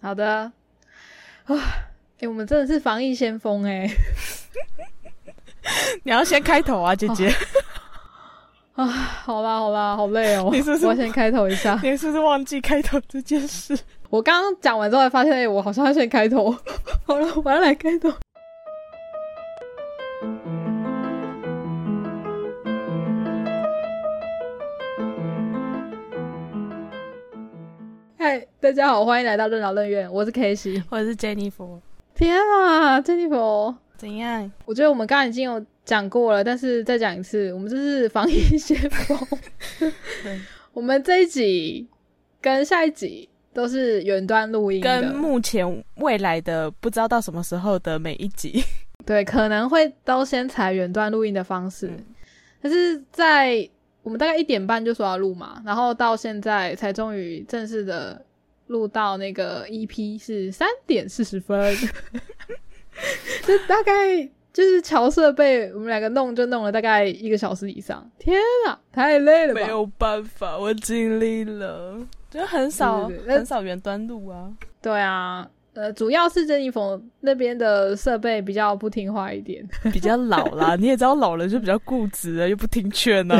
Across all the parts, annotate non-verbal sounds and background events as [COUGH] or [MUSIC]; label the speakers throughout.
Speaker 1: 好的啊，哎、我们真的是防疫先锋哎、 [LAUGHS]
Speaker 2: 你要先开头啊，姐姐，
Speaker 1: 啊，好啦好啦，好累哦，
Speaker 2: [LAUGHS] 你是不是
Speaker 1: 我要先开头一
Speaker 2: [LAUGHS]
Speaker 1: 下。
Speaker 2: [LAUGHS] 你是不是忘记开头这件事？
Speaker 1: 我刚刚讲完之后，发现哎、我好像要先开头。 [LAUGHS] 好了，我要来开头。嗨，大家好，欢迎来到任劳任怨，我是 K 西。
Speaker 2: 我是 Jennifer，
Speaker 1: 天啊，珍妮佛，
Speaker 2: 怎样？
Speaker 1: 我觉得我们刚刚已经有讲过了，但是再讲一次，我们这是防疫先锋。
Speaker 2: [LAUGHS] 对
Speaker 1: 我们这一集跟下一集都是远端录音的，
Speaker 2: 跟目前未来的不知道到什么时候的每一集，
Speaker 1: 对，可能会都先采远端录音的方式，
Speaker 2: 嗯
Speaker 1: 但是在我们大概一点半就说要录嘛，然后到现在才终于正式的录到那个 EP 是三点四十分， [LAUGHS] 这大概就是调设备，我们两个弄就弄了大概一个小时以上，天啊，太累了吧
Speaker 2: 没？有办法，我尽力了，就很少
Speaker 1: 对对对
Speaker 2: 很少远端录啊。
Speaker 1: 对啊，呃，主要是珍妮佛那边的设备比较不听话一点。 [LAUGHS]
Speaker 2: 比较老 [LAUGHS] 啦，你也知道老人就比较固执啊了，又不听劝呢、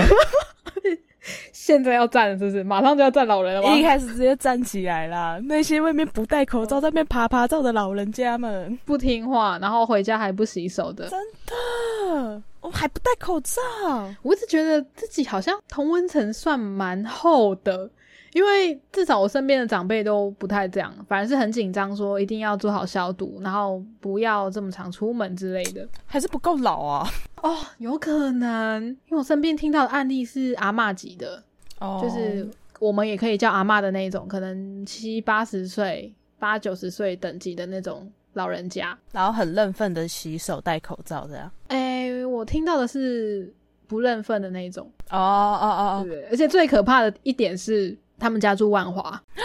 Speaker 1: 现在要站了是不是？马上就要站老人了吗？
Speaker 2: [LAUGHS] 一开始直接站起来啦。那些外面不戴口罩在那边爬爬照的老人家们， [GASPS]
Speaker 1: 不听话，然后回家还不洗手的，
Speaker 2: 啊，我还不戴口罩，哦
Speaker 1: 我一直觉得自己好像同温层算蛮厚的，因为至少我身边的长辈都不太这样，反而是很紧张，说一定要做好消毒，然后不要这么常出门之类的。
Speaker 2: 还是不够老啊。
Speaker 1: 哦，有可能，因为我身边听到的案例是阿嬷级的，
Speaker 2: 哦
Speaker 1: 就是我们也可以叫阿嬷的那一种，可能七八十岁、八九十岁等级的那种老人家。
Speaker 2: 然后很认份的洗手、戴口罩这样。
Speaker 1: 哎、我听到的是不认份的那一种。
Speaker 2: 哦哦哦
Speaker 1: 对，而且最可怕的一点是，他们家住万华，
Speaker 2: 哦，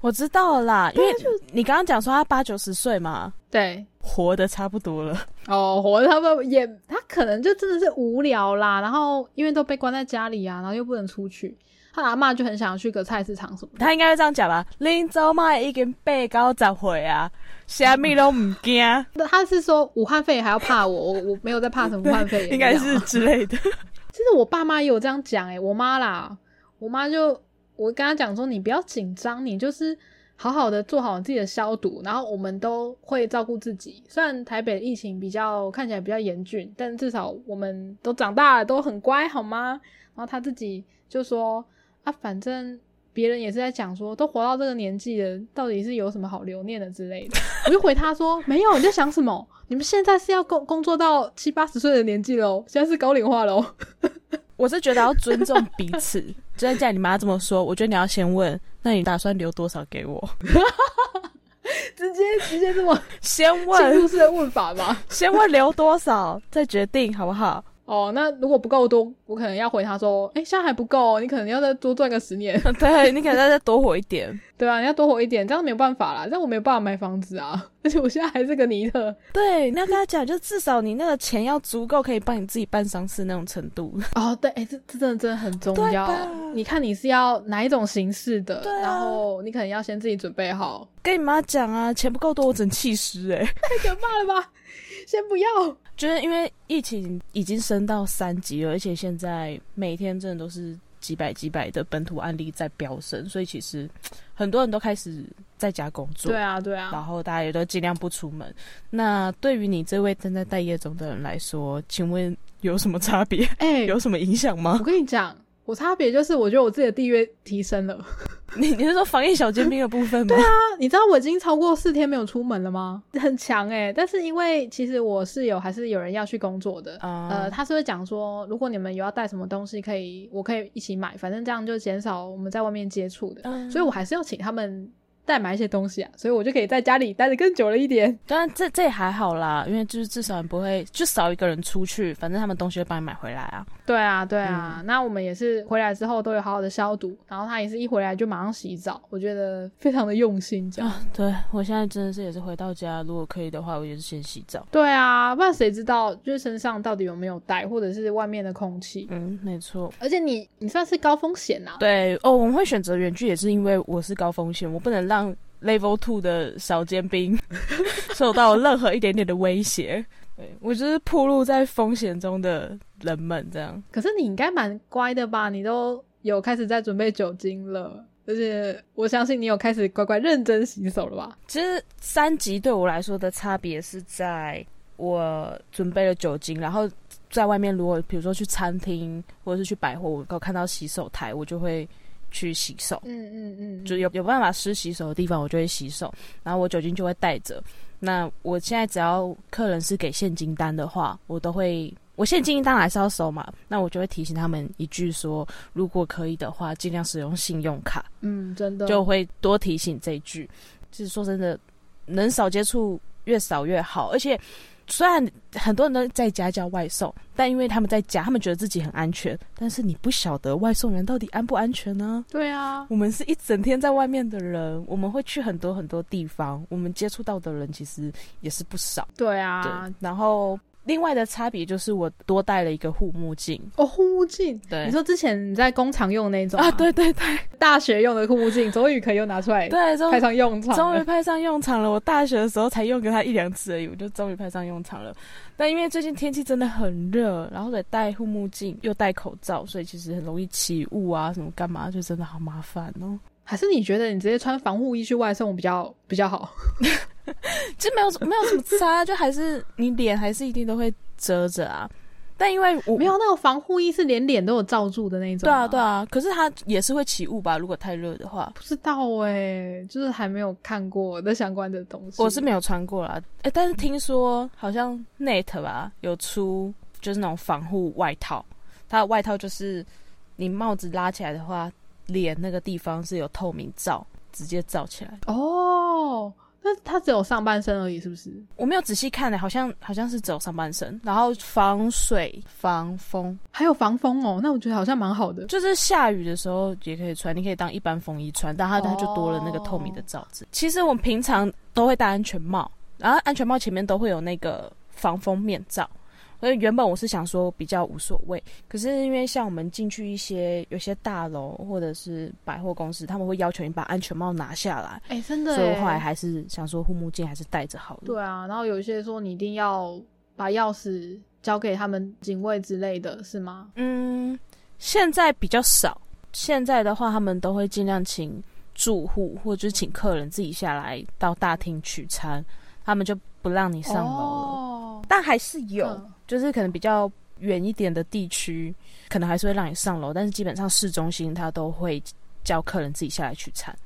Speaker 2: 我知道了啦，因为你刚刚讲说他八九十岁嘛，
Speaker 1: 对，
Speaker 2: 活的差不多了。
Speaker 1: 哦，活他们也，他可能就真的是无聊啦，然后因为都被关在家里啊，然后又不能出去，他阿嬷就很想要去个菜市场什么的。
Speaker 2: 他应该会这样讲吧？林州嘛已经八九十岁啊，虾米都唔惊， [LAUGHS]
Speaker 1: 那他是说武汉肺炎还要怕我，我我没有在怕什么武汉肺炎，
Speaker 2: [LAUGHS] 应该
Speaker 1: 这样
Speaker 2: 是
Speaker 1: 吗
Speaker 2: 之类的。
Speaker 1: 其实我爸妈也有这样讲，哎，我妈啦，我妈就我跟她讲说，你不要紧张，你就是好好的做好你自己的消毒，然后我们都会照顾自己。虽然台北的疫情比较看起来比较严峻，但至少我们都长大了，都很乖，好吗？然后她自己就说啊，反正。别人也是在讲说，都活到这个年纪了，到底是有什么好留念的之类的。 [LAUGHS] 我就回他说，没有，你在想什么？你们现在是要工工作到七八十岁的年纪喽，现在是高龄化哦喽。
Speaker 2: [LAUGHS] 我是觉得要尊重彼此。 [LAUGHS] 就算叫你妈这么说，我觉得你要先问，那你打算留多少给 [LAUGHS] 我？
Speaker 1: 直接直接 [LAUGHS] 这么
Speaker 2: 先
Speaker 1: 进
Speaker 2: 问，
Speaker 1: 入式的问法吧。
Speaker 2: 先问留多少，再决定好不好？
Speaker 1: 哦，那如果不够多，我可能要回他说，哎、现在还不够哦，你可能要再多赚个十年，
Speaker 2: [LAUGHS]
Speaker 1: [LAUGHS]
Speaker 2: 对你可能再多活一点。
Speaker 1: 对啊，你要多活一点，这样没有办法啦，这样我没有办法买房子啊，而且 [LAUGHS] 我现在还是个尼特
Speaker 2: 对，你要跟他讲，就至少你那个钱要足够可以帮你自己办丧事那种程度。 [LAUGHS]
Speaker 1: 哦，对，哎、这这真的真的很重
Speaker 2: 对
Speaker 1: 要
Speaker 2: 吧。
Speaker 1: 你看你是要哪一种形式的，
Speaker 2: 对啊
Speaker 1: 然后你可能要先自己准备好，
Speaker 2: 跟你妈讲啊，钱不够多，我整气湿哎。
Speaker 1: 太可怕了吧？先不要，
Speaker 2: 就是因为疫情已经升到三级了，而且现在每天真的都是几百几百的本土案例在飙升，所以其实很多人都开始在家工作。
Speaker 1: 对啊，对
Speaker 2: 然
Speaker 1: 啊，
Speaker 2: 后大家也都尽量不出门。那对于你这位正在待业中的人来说，请问有什么差 [LAUGHS] 别？
Speaker 1: 哎、
Speaker 2: 有什么影响吗
Speaker 1: 我？跟你讲，我差别就是我觉得我自己的地位提升了。
Speaker 2: 你你是说防疫小尖兵的部分吗？对啊，
Speaker 1: 你知道我已经超过四天没有出门了吗？很强哎、但是因为其实我室友还是有人要去工作的，
Speaker 2: 啊
Speaker 1: 呃，他是会讲说，如果你们有要带什么东西，可以我可以一起买，反正这样就减少我们在外面接触的，
Speaker 2: 嗯
Speaker 1: 所以我还是要请他们代买一些东西啊，所以我就可以在家里待的更久了一点。
Speaker 2: 当然这这也还好啦，因为就是至少你不会就少一个人出去，反正他们东西会帮你买回来啊。
Speaker 1: 对啊，对啊，那我们也是回来之后都有好好的消毒，然后他也是一回来就马上洗澡，我觉得非常的用心这样。
Speaker 2: 啊，对我现在真的是也是回到家，如果可以的话，我也是先洗澡。
Speaker 1: 对啊，不然谁知道就是身上到底有没有带，或者是外面的空气。
Speaker 2: 嗯，没错。
Speaker 1: 而且你你算是高风险呐、啊
Speaker 2: 对哦，我们会选择远距，也是因为我是高风险，我不能让 Level Two 的小尖 [LAUGHS] 兵受到任何一点点的威胁。对我就是暴露在风险中的人们，这样
Speaker 1: 可是你应该蛮乖的吧？你都有开始在准备酒精了，而且我相信你有开始乖乖认真洗手了吧？
Speaker 2: 其实三级对我来说的差别是在我准备了酒精，然后在外面如果比如说去餐厅或者是去百货，我看到洗手台，我就会去洗手。
Speaker 1: 嗯嗯嗯，
Speaker 2: 就有有办法湿洗手的地方，我就会洗手，然后我酒精就会带着。那我现在只要客人是给现金单的话，我都会，我现金单还是要收嘛，那我就会提醒他们一句说，如果可以的话，尽量使用信用卡，
Speaker 1: 嗯，真的
Speaker 2: 就会多提醒这一句。其实说真的，能少接触越少越好，而且。虽然很多人都在家叫外送，但因为他们在家，他们觉得自己很安全。但是你不晓得外送员到底安不安全呢、
Speaker 1: 对啊，
Speaker 2: 我们是一整天在外面的人，我们会去很多很多地方，我们接触到的人其实也是不少。
Speaker 1: 对
Speaker 2: 对，
Speaker 1: 啊，
Speaker 2: 然后另外的差别就是我多带了一个护目镜。
Speaker 1: 哦，护目镜。
Speaker 2: 对
Speaker 1: 你说之前你在工厂用的那种吗
Speaker 2: 啊，，对对对
Speaker 1: 大学用的护目镜，终于可以又拿出来
Speaker 2: 对，
Speaker 1: 派
Speaker 2: 终
Speaker 1: 上用场
Speaker 2: 终于
Speaker 1: 了。
Speaker 2: 派上用场了。我大学的时候才用过它一两次而已，我就终于派上用场了。但因为最近天气真的很热，然后得戴护目镜又戴口罩，所以其实很容易起雾啊，什么干嘛，就真的好麻烦哦。
Speaker 1: 还是你觉得你直接穿防护衣去外送比较比较好？
Speaker 2: 这没有没有什么差，就还是你脸还是一定都会遮着啊。但因为我
Speaker 1: 没有那种防护衣是连脸都有罩住的那种。
Speaker 2: 对啊对
Speaker 1: 啊，
Speaker 2: 啊，可是它也是会起雾吧？如果太热的话，
Speaker 1: 不知道哎、就是还没有看过那相关的东西。
Speaker 2: 我是没有穿过啦。哎、但是听说好像 Net 吧有出就是那种防护外套，它的外套就是你帽子拉起来的话，脸那个地方是有透明罩，直接罩起来。
Speaker 1: 哦，那它只有上半身而已，是不是？
Speaker 2: 我没有仔细看呢、欸好像好像是只有上半身，然后防水防风，
Speaker 1: 还有防风哦，那我觉得好像蛮好的。
Speaker 2: 就是下雨的时候也可以穿，你可以当一般风衣穿，但它它
Speaker 1: 哦
Speaker 2: 就多了那个透明的罩子。其实我们平常都会戴安全帽，然后安全帽前面都会有那个防风面罩。所以原本我是想说比较无所谓，可是因为像我们进去一些有些大楼或者是百货公司，他们会要求你把安全帽拿下来，
Speaker 1: 哎、真的
Speaker 2: 所以我
Speaker 1: 欸
Speaker 2: 后来还是想说护目镜还是戴着好了。
Speaker 1: 对啊，然后有一些说你一定要把钥匙交给他们警卫之类的，是吗？
Speaker 2: 嗯，现在比较少。现在的话，他们都会尽量请住户或者是请客人自己下来到大厅取餐，他们就不让你上楼了。
Speaker 1: 哦、
Speaker 2: 但还是有，
Speaker 1: 嗯
Speaker 2: 就是可能比较远一点的地区，可能还是会让你上楼，但是基本上市中心他都会叫客人自己下来取餐。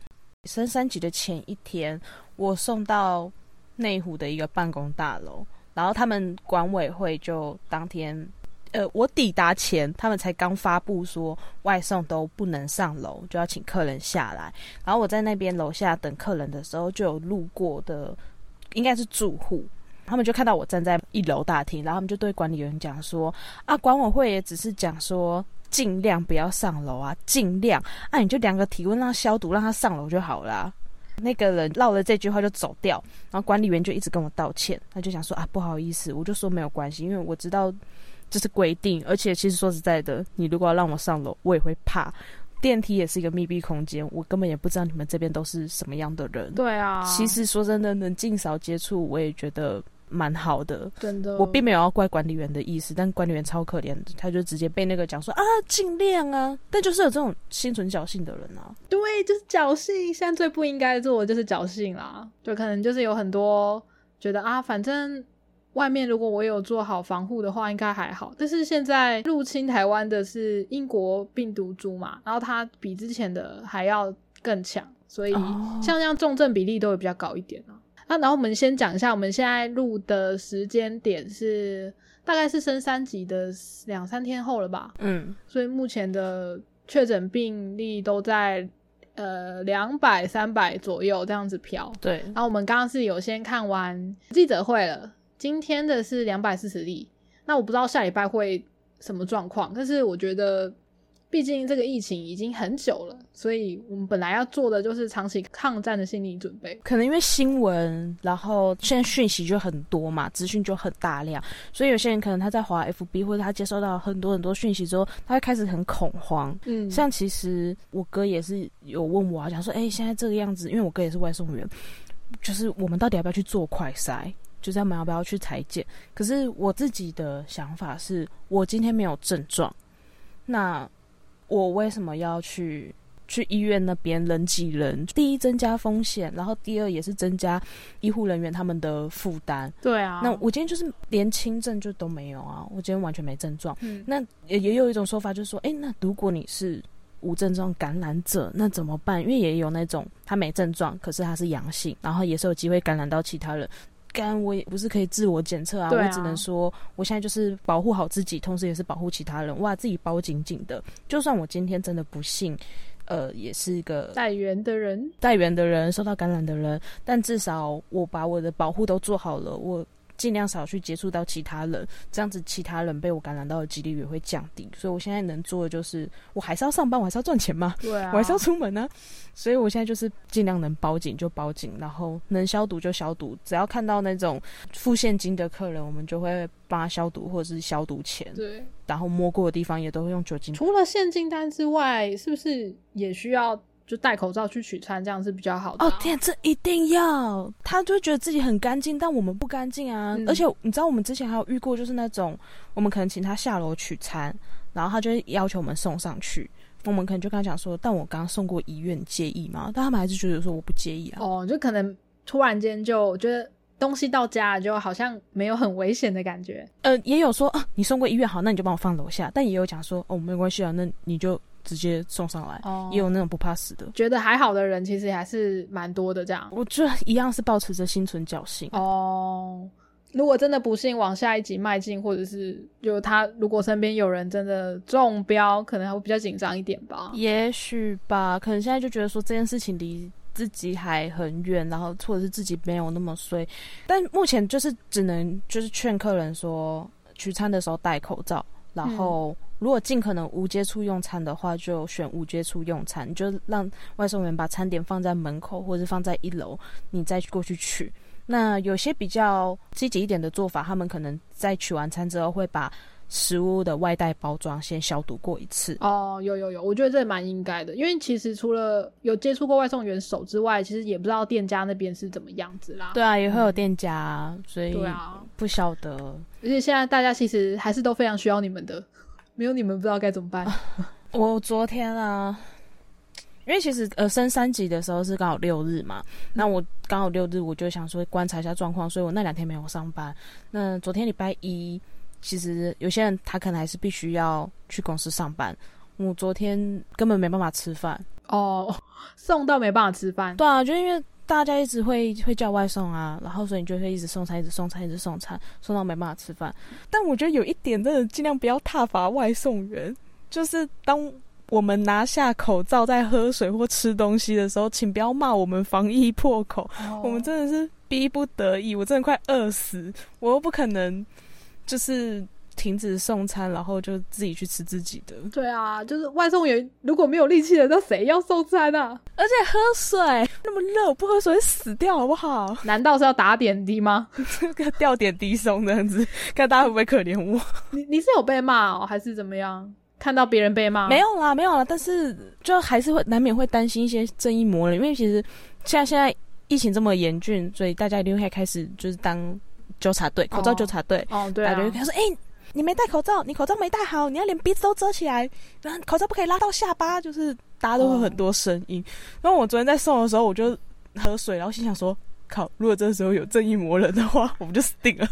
Speaker 2: 升三级的前一天，我送到内湖的一个办公大楼，然后他们管委会就当天，呃，我抵达前，他们才刚发布说外送都不能上楼，就要请客人下来。然后我在那边楼下等客人的时候，就有路过的应该是住户，他们就看到我站在一楼大厅，然后他们就对管理员讲说：“啊，管委会也只是讲说尽量不要上楼啊，尽量啊，你就量个体温让他消毒，让他上楼就好啦。”那个人唠了这句话就走掉，然后管理员就一直跟我道歉，他就想说啊不好意思，我就说没有关系，因为我知道这是规定，而且其实说实在的，你如果要让我上楼，我也会怕。电梯也是一个密闭空间，我根本也不知道你们这边都是什么样的人。
Speaker 1: 对啊，
Speaker 2: 其实说真的，能尽少接触，我也觉得蛮好的。
Speaker 1: 真的，
Speaker 2: 我并没有要怪管理员的意思，但管理员超可怜的，他就直接被那个讲说啊，尽量啊，但就是有这种心存侥幸的人啊。
Speaker 1: 对，就是侥幸。现在最不应该做的就是侥幸啦，就可能就是有很多觉得啊，反正外面如果我有做好防护的话，应该还好。但是现在入侵台湾的是英国病毒株嘛，然后它比之前的还要更强，所以
Speaker 2: 哦
Speaker 1: 像这样重症比例都会比较高一点啊。那然后我们先讲一下，我们现在录的时间点是大概是升三级的两三天后了吧？
Speaker 2: 嗯，
Speaker 1: 所以目前的确诊病例都在呃两百、三百左右这样子飘。
Speaker 2: 对，
Speaker 1: 然后我们刚刚是有先看完记者会了，今天的是两百四十例。那我不知道下礼拜会什么状况，但是我觉得毕竟这个疫情已经很久了，所以我们本来要做的就是长期抗战的心理准备。
Speaker 2: 可能因为新闻，然后现在讯息就很多嘛，资讯就很大量，所以有些人可能他在滑 FB 或者他接收到很多很多讯息之后，他会开始很恐慌。
Speaker 1: 嗯，
Speaker 2: 像其实我哥也是有问我啊，想说，哎、现在这个样子，因为我哥也是外送员，就是我们到底要不要去做快筛？就是他们要不要去裁剪？可是我自己的想法是，我今天没有症状，那我为什么要去去医院那边人挤人？第一增加风险，然后第二也是增加医护人员他们的负担。
Speaker 1: 对啊，
Speaker 2: 那我今天就是连轻症就都没有啊，我今天完全没症状。
Speaker 1: 嗯
Speaker 2: 那也也有一种说法，就是说，哎，那如果你是无症状感染者，那怎么办？因为也有那种他没症状，可是他是阳性，然后也是有机会感染到其他人。干我也不是可以自我检测啊，
Speaker 1: 对啊
Speaker 2: 我只能说我现在就是保护好自己，同时也是保护其他人。哇，自己包紧紧的，就算我今天真的不幸，呃，也是一个
Speaker 1: 带源的人，
Speaker 2: 带源的人、受到感染的人，但至少我把我的保护都做好了，我尽量少去接触到其他人，这样子其他人被我感染到的几率也会降低。所以我现在能做的就是，我还是要上班，我还是要赚钱嘛，
Speaker 1: 对啊，
Speaker 2: 我还是要出门呢、所以我现在就是尽量能包紧就包紧，然后能消毒就消毒。只要看到那种付现金的客人，我们就会帮他消毒或者是消毒钱，
Speaker 1: 对。
Speaker 2: 然后摸过的地方也都会用酒精。
Speaker 1: 除了现金单之外，是不是也需要就戴口罩去取餐，这样是比较好的、
Speaker 2: 哦
Speaker 1: 啊？
Speaker 2: 天，这一定要！他就会觉得自己很干净，但我们不干净啊。
Speaker 1: 嗯
Speaker 2: 而且你知道，我们之前还有遇过，就是那种我们可能请他下楼取餐，然后他就会要求我们送上去。我们可能就跟他讲说，但我刚刚送过医院，你介意吗？但他们还是觉得说我不介意啊。
Speaker 1: 哦，就可能突然间就觉得东西到家了，就好像没有很危险的感
Speaker 2: [LAUGHS]
Speaker 1: 觉。
Speaker 2: 呃，也有说啊，你送过医院好，那你就帮我放楼下。但也有讲说，哦，没关系啊，那你就直接送上来。
Speaker 1: 哦，
Speaker 2: 也有那种不怕死的，
Speaker 1: 觉得还好的人，其实还是蛮多的这样。
Speaker 2: 我就一样是保持着心存侥幸。
Speaker 1: 哦，如果真的不幸往下一级迈进，或者是就他如果身边有人真的中标，可能还会比较紧张一点吧。
Speaker 2: 也许吧，可能现在就觉得说这件事情离自己还很远，然后或者是自己没有那么衰，但目前就是只能就是劝客人说，取餐的时候戴口罩，然后如果尽可能无接触用餐的话，就选无接触用餐，你就让外送员把餐点放在门口或者放在一楼，你再过去取。那有些比较积极一点的做法，他们可能在取完餐之后会把食物的外带包装先消毒过一次。
Speaker 1: 哦，有有有，我觉得这也蛮应该的，因为其实除了有接触过外送员手之外，其实也不知道店家那边是怎么样子啦。
Speaker 2: 对啊，也会有店家啊，所以
Speaker 1: 嗯对啊，
Speaker 2: 不晓得。
Speaker 1: 而且现在大家其实还是都非常需要你们的，没有你们不知道该怎么办。
Speaker 2: 我昨天啊，因为其实呃升三级的时候是刚好六日嘛，
Speaker 1: 嗯
Speaker 2: 那我刚好六日我就想说观察一下状况，所以我那两天没有上班。那昨天礼拜一，其实有些人他可能还是必须要去公司上班。我昨天根本没办法吃饭，
Speaker 1: 哦，送到没办法吃饭。
Speaker 2: 对啊，就因为大家一直会会叫外送啊，然后所以你就会一直送餐，一直送餐，一直送餐，送到没办法吃饭。但我觉得有一点真的尽量不要挞伐外送员，就是当我们拿下口罩在喝水或吃东西的时候，请不要骂我们防疫破口，我
Speaker 1: 哦
Speaker 2: 们真的是逼不得已，我真的快饿死，我又不可能就是停止送餐，然后就自己去吃自己的，
Speaker 1: 对啊，就是外送员如果没有力气了，那谁要送餐啊？
Speaker 2: 而且喝水那么热，我不喝水会死掉好不好？
Speaker 1: 难道是要打点滴吗？
Speaker 2: 个 [LAUGHS] 掉点低松这样子， [LAUGHS] 看大家会不会可怜我？
Speaker 1: 你你是有被骂哦，还是怎么样？看到别人被骂？
Speaker 2: [LAUGHS] 没有啦，没有啦，但是就还是会难免会担心一些正义魔人，因为其实像现在疫情这么严峻，所以大家一定会开始就是当纠察队，口罩
Speaker 1: 哦
Speaker 2: 纠察队，
Speaker 1: 哦，对
Speaker 2: 大
Speaker 1: 啊
Speaker 2: 家，就会跟他说：“哎、你没戴口罩，你口罩没戴好，你要连鼻子都遮起来，然后口罩不可以拉到下巴。”就是大家都会有很多声音。然后我昨天在送的时候，我就喝水，然后心想说。靠！如果这时候有正义魔人的话，我们就死定了。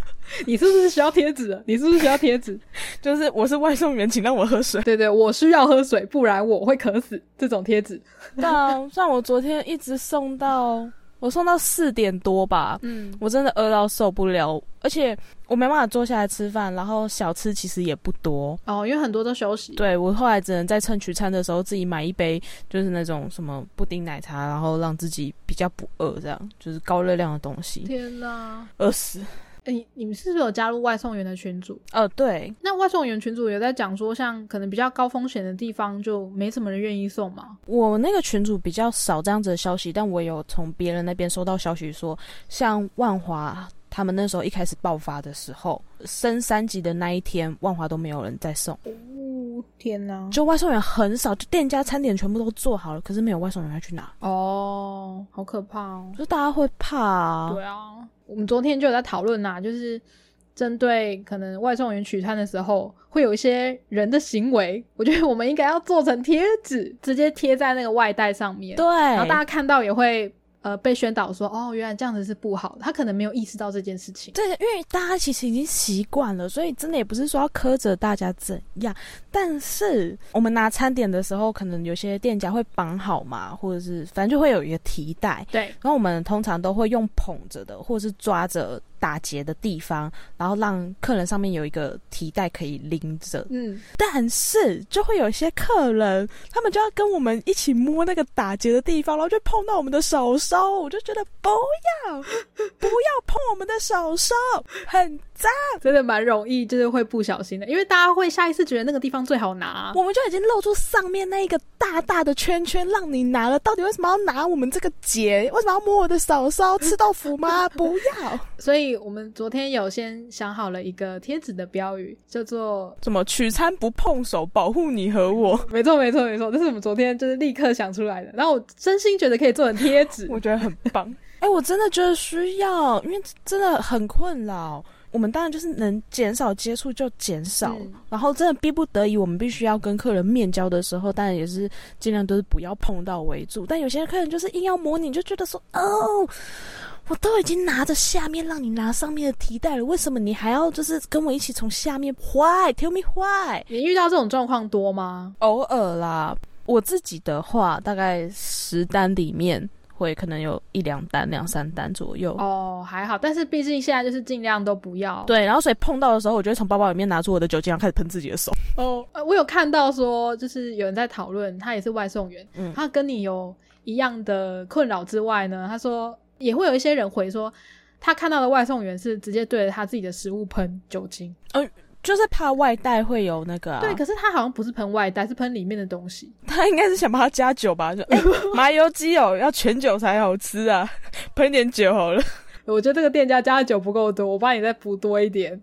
Speaker 1: 你是不是需要贴纸啊？你是不是需要贴纸？
Speaker 2: 就是我是外送员，请让我喝水。
Speaker 1: 对对，我需要喝水，不然我会渴死。这种贴纸，
Speaker 2: 对啊，像我昨天一直送到我送到四点多吧，
Speaker 1: 嗯，
Speaker 2: 我真的饿到受不了，而且我没办法坐下来吃饭，然后小吃其实也不多。
Speaker 1: 哦，因为很多都休息。
Speaker 2: 对我后来只能在趁取餐的时候自己买一杯，就是那种什么布丁奶茶，然后让自己比较不饿，这样就是高热量的东西。
Speaker 1: 天哪，
Speaker 2: 饿死！
Speaker 1: 诶哎你你们是不是有加入外送员的群组？
Speaker 2: 哦，对，
Speaker 1: 那外送员群组也在讲说，像可能比较高风险的地方就没什么人愿意送嘛。
Speaker 2: 我那个群主比较少这样子的消息，但我有从别人那边收到消息说，像万华他们那时候一开始爆发的时候，升三级的那一天，万华都没有人在送，
Speaker 1: 哦，天哪！
Speaker 2: 就外送员很少，就店家餐点全部都做好了，可是没有外送员要去拿，
Speaker 1: 哦，好可怕哦。
Speaker 2: 就大家会怕啊。
Speaker 1: 对啊，我们昨天就有在讨论呐，就是针对可能外送员取餐的时候，会有一些人的行为，我觉得我们应该要做成贴纸，直接贴在那个外带上面，
Speaker 2: 对，
Speaker 1: 然后
Speaker 2: 然
Speaker 1: 大家看到也会呃被宣导说，哦，原来这样子是不好的，他可能没有意识到这件事情。
Speaker 2: 对，因为大家其实已经习惯了，所以真的也不是说要苛责大家怎样。但是我们拿餐点的时候，可能有些店家会绑好嘛，或者是反正就会有一个提袋。
Speaker 1: 对，
Speaker 2: 然后我们通常都会用捧着的，或者是抓着打结的地方，然后让客人上面有一个提袋可以拎着。
Speaker 1: 嗯，
Speaker 2: 但是就会有一些客人，他们就要跟我们一起摸那个打结的地方，然后就碰到我们的手手，我就觉得不要，不要碰我们的手手，很脏。
Speaker 1: 真的蛮容易，就是会不小心的，因为大家会下意识觉得那个地方最好拿、
Speaker 2: 我们就已经露出上面那一个大大的圈圈让你拿了，到底为什么要拿我们这个结？为什么要摸我的手手？吃豆腐吗？不要。
Speaker 1: 所以我们昨天有先想好了一个贴纸的标语，叫做
Speaker 2: 怎么取餐不碰手，保护你和我？，
Speaker 1: “没错，没错，没错”，这是我们昨天就是立刻想出来的。然后我真心觉得可以做成贴纸
Speaker 2: 我觉得很棒。 [LAUGHS] 哎、我真的觉得需要，因为真的很困扰。我们当然就是能减少接触就减少，
Speaker 1: 嗯
Speaker 2: 然后真的逼不得已，我们必须要跟客人面交的时候，当然也是尽量都是不要碰到为主。但有些客人就是硬要模拟，你就觉得说哦。我都已经拿着下面让你拿上面的提袋了，为什么你还要就是跟我一起从下面坏？Tell me why？
Speaker 1: 你遇到这种状况多吗？
Speaker 2: 偶尔啦，我自己的话，大概十单里面会可能有一两单、两三单左右。
Speaker 1: 哦，还好，但是毕竟现在就是尽量都不要。
Speaker 2: 对，然后所以碰到的时候，我就会从包包里面拿出我的酒精，然后开始喷自己的手。
Speaker 1: 哦、呃我有看到说，就是有人在讨论，他也是外送员，
Speaker 2: 嗯
Speaker 1: 他跟你有一样的困扰之外呢，他说也会有一些人回说，他看到的外送员是直接对着他自己的食物喷酒精，
Speaker 2: 就是怕外带会有那个、啊，
Speaker 1: 对，可是他好像不是喷外带，是喷里面的东西。
Speaker 2: 他应该是想帮他加酒吧， [LAUGHS] 就、哎，麻油鸡哦，要全酒才好吃啊， [LAUGHS] 喷点酒好了。
Speaker 1: 我觉得这个店家加的酒不够多，我帮你再补多一点，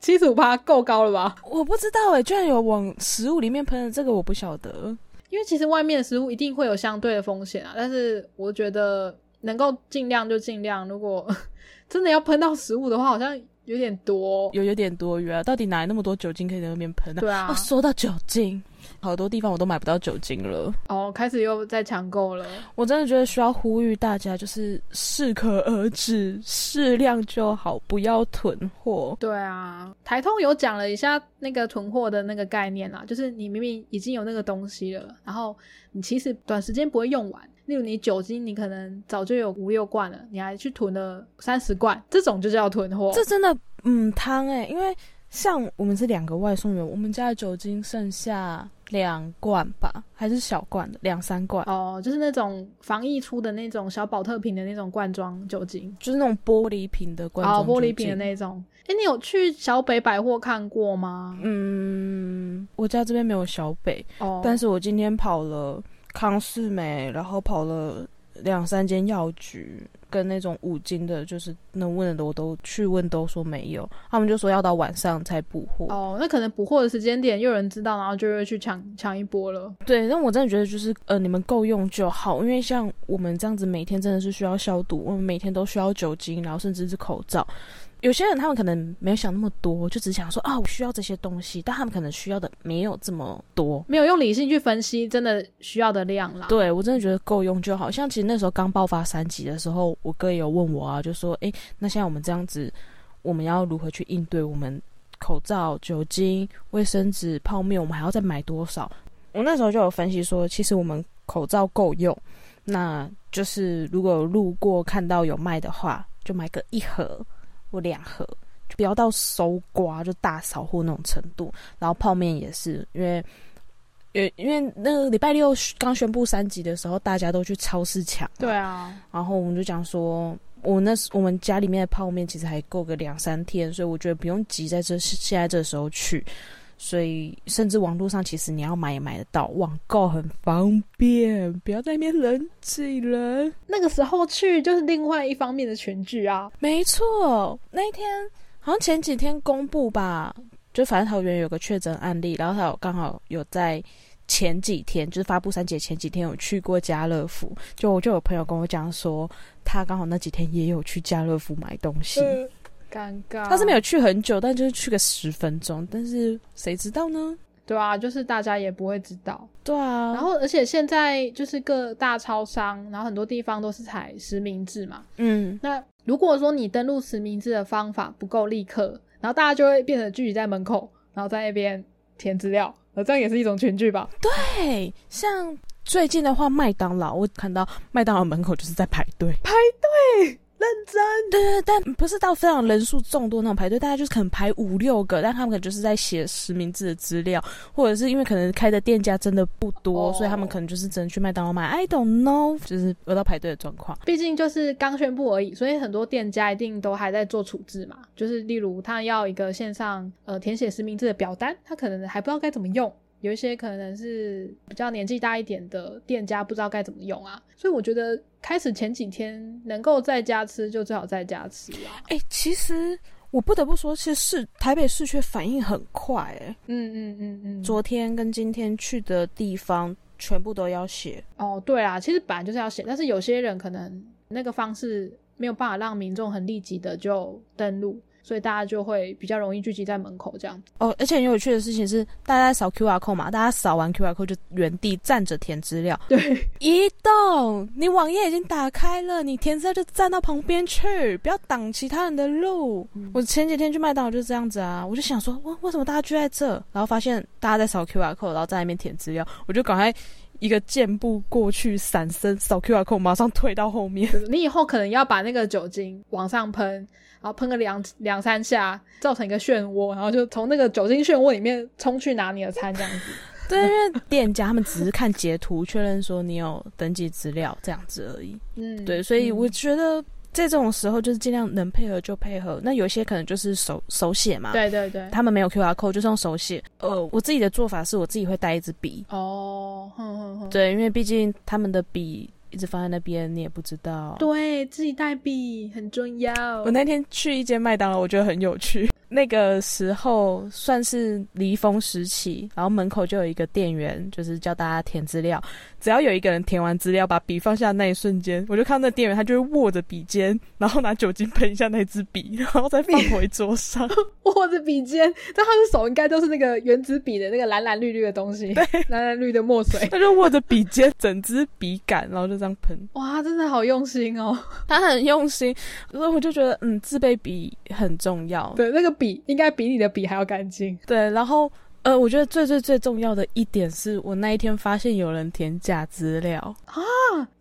Speaker 1: 七十五趴够高了吧？
Speaker 2: 我不知道哎、居然有往食物里面喷的，这个我不晓得。
Speaker 1: 因为其实外面的食物一定会有相对的风险啊，但是我觉得能够尽量就尽量，如果 [LAUGHS] 真的要喷到食物的话，好像有点多。
Speaker 2: 有有点多余啊，到底哪来那么多酒精可以在那边喷呢、
Speaker 1: 对啊
Speaker 2: 哦，，说到酒精，好多地方我都买不到酒精了。
Speaker 1: 哦，开始又在抢购了。
Speaker 2: 我真的觉得需要呼吁大家，就是适可而止，适量就好，不要囤货。
Speaker 1: 对啊，台通有讲了一下那个囤货的那个概念啦，就是你明明已经有那个东西了，然后你其实短时间不会用完。例如你酒精，你可能早就有五六罐了，你还去囤了三十罐，这种就叫囤货。
Speaker 2: 这真的，嗯，汤哎、因为像我们是两个外送员，我们家的酒精剩下两罐吧，还是小罐的，两三罐，
Speaker 1: 哦，就是那种防疫出的那种小宝特瓶的那种罐装酒精，
Speaker 2: 就是那种玻璃瓶的罐
Speaker 1: 哦
Speaker 2: 装，
Speaker 1: 玻璃
Speaker 2: 酒
Speaker 1: 瓶的
Speaker 2: 精。
Speaker 1: 那种。哎，你有去小北百货看过吗？
Speaker 2: 嗯，我家这边没有小北，
Speaker 1: 哦，
Speaker 2: 嗯但是我今天跑了康士美，然后跑了两三间药局，跟那种五金的，就是能问的我都去问，都说没有，他们就说要到晚上才补货。
Speaker 1: 哦，那可能补货的时间点又有人知道，然后就会去抢抢一波了。
Speaker 2: 对，但我真的觉得就是呃，你们够用就好，因为像我们这样子每天真的是需要消毒，我们每天都需要酒精，然后甚至是口罩。有些人他们可能没有想那么多，就只想说啊，我需要这些东西，但他们可能需要的没有这么多。
Speaker 1: 没有用理性去分析真的需要的量啦。
Speaker 2: 对我真的觉得够用就好。像其实那时候刚爆发三级的时候，我哥也有问我啊，就说：“诶，那现在我们这样子，我们要如何去应对我们口罩、酒精、卫生纸、泡面，我们还要再买多少？”我那时候就有分析说，其实我们口罩够用，那就是如果有路过看到有卖的话，就买个一盒或两盒。就不要到搜刮就大扫货那种程度，然后泡面也是，因为因因为那个礼拜六刚宣布三级的时候，大家都去超市抢，
Speaker 1: 对啊，
Speaker 2: 然后我们就讲说，我那时我们家里面的泡面其实还够个两三天，所以我觉得不用急在这现在这时候去。所以甚至网络上其实你要买也买得到，网购很方便，不要在那边人挤人。
Speaker 1: 那个时候去就是另外一方面的群聚啊，
Speaker 2: 没错，那一天好像前几天公布吧，就反正桃园有个确诊案例，然后他有刚好有在前几天，就是发布三节前几天有去过家乐福，就我就有朋友跟我讲说，他刚好那几天也有去家乐福买东西，
Speaker 1: 嗯尴尬。
Speaker 2: 他是没有去很久，但就是去个十分钟，但是谁知道呢？
Speaker 1: 对啊，就是大家也不会知道。
Speaker 2: 对啊，
Speaker 1: 然后，而且现在就是各大超商，然后很多地方都是采实名制嘛。
Speaker 2: 嗯，
Speaker 1: 那如果说你登录实名制的方法不够立刻，然后大家就会变成聚集在门口，然后在那边填资料，呃，这样也是一种群聚吧？
Speaker 2: 对，像最近的话，麦当劳我看到麦当劳门口就是在排队，
Speaker 1: 认真，
Speaker 2: 对对，对但不是到非常人数众多那种排队，大家就是可能排五六个，但他们可能就是在写实名制的资料，或者是因为可能开的店家真的不多
Speaker 1: 哦
Speaker 2: 所以他们可能就是只能去麦当劳买。I don't know，就是有到排队的状况。
Speaker 1: 毕竟就是刚宣布而已，所以很多店家一定都还在做处置嘛。就是例如他要一个线上呃填写实名制的表单，他可能还不知道该怎么用。有一些可能是比较年纪大一点的店家不知道该怎么用啊，所以我觉得开始前几天能够在家吃就最好在家吃啊。
Speaker 2: 哎、其实我不得不说，其实市台北市区反应很快、哎，
Speaker 1: 嗯嗯嗯嗯，
Speaker 2: 昨天跟今天去的地方全部都要写。
Speaker 1: 哦，对啦，其实本来就是要写，但是有些人可能那个方式没有办法让民众很立即的就登录，所以大家就会比较容易聚集在门口这样子。 [LAUGHS]
Speaker 2: 哦，而且很有趣的事情是，大家在扫 QR code 嘛，大家扫完 QR code 就原地站着填资料，
Speaker 1: 对，
Speaker 2: 移动，你网页已经打开了，你填字就站到旁边去，不要挡其他人的路。我前几天去麦当劳就是这样子啊，我就想说，哇，为什么大家聚在这？然后发现大家在扫 QR code，然后在那边填资料，我就赶快一个箭步过去，闪身扫 QR code，马上退到后面。 [LAUGHS]
Speaker 1: 你以后可能要把那个酒精往上喷，然后喷个两两三下，造成一个漩涡，然后就从那个酒精漩涡里面冲去拿你的餐这样子。
Speaker 2: 对，因为店家他们只是看截图确认说你有登记资料这样子而已。
Speaker 1: 嗯，
Speaker 2: 对，所以
Speaker 1: 嗯
Speaker 2: 我觉得在这种时候就是尽量能配合就配合。那有些可能就是手手写嘛，
Speaker 1: 对对对，
Speaker 2: 他们没有 QR code，就是用手写。呃，我自己的做法是我自己会带一支笔，
Speaker 1: 哦，哼哼哼，
Speaker 2: 对，因为毕竟他们的笔一直放在那边，你也不知道。
Speaker 1: 对自己带笔很重要。
Speaker 2: 我那天去一间麦当劳，我觉得很有趣。 [LAUGHS] 那个时候算是离峰时期，然后门口就有一个店员，就是叫大家填资料。只要有一个人填完资料，把笔放下的那一瞬间，我就看到那店员他就会握着笔尖，然后拿酒精喷一下那支笔， [LAUGHS] 然后再放回桌 [LAUGHS] 上。
Speaker 1: [LAUGHS] 握着笔尖，但他的手应该都是那个原子笔的那个蓝蓝绿绿的东 [LAUGHS] 西，蓝蓝绿的墨水。
Speaker 2: 他就握着笔尖，整支笔杆，然后就这样喷。
Speaker 1: 哇，真的好用心哦！
Speaker 2: 他很用心，所以我就觉得，嗯，自备笔很重要。
Speaker 1: 对，那个笔应该比你的笔还要干净。
Speaker 2: 对，然后呃，我觉得最最最重要的一点是我那一天发现有人填假资料，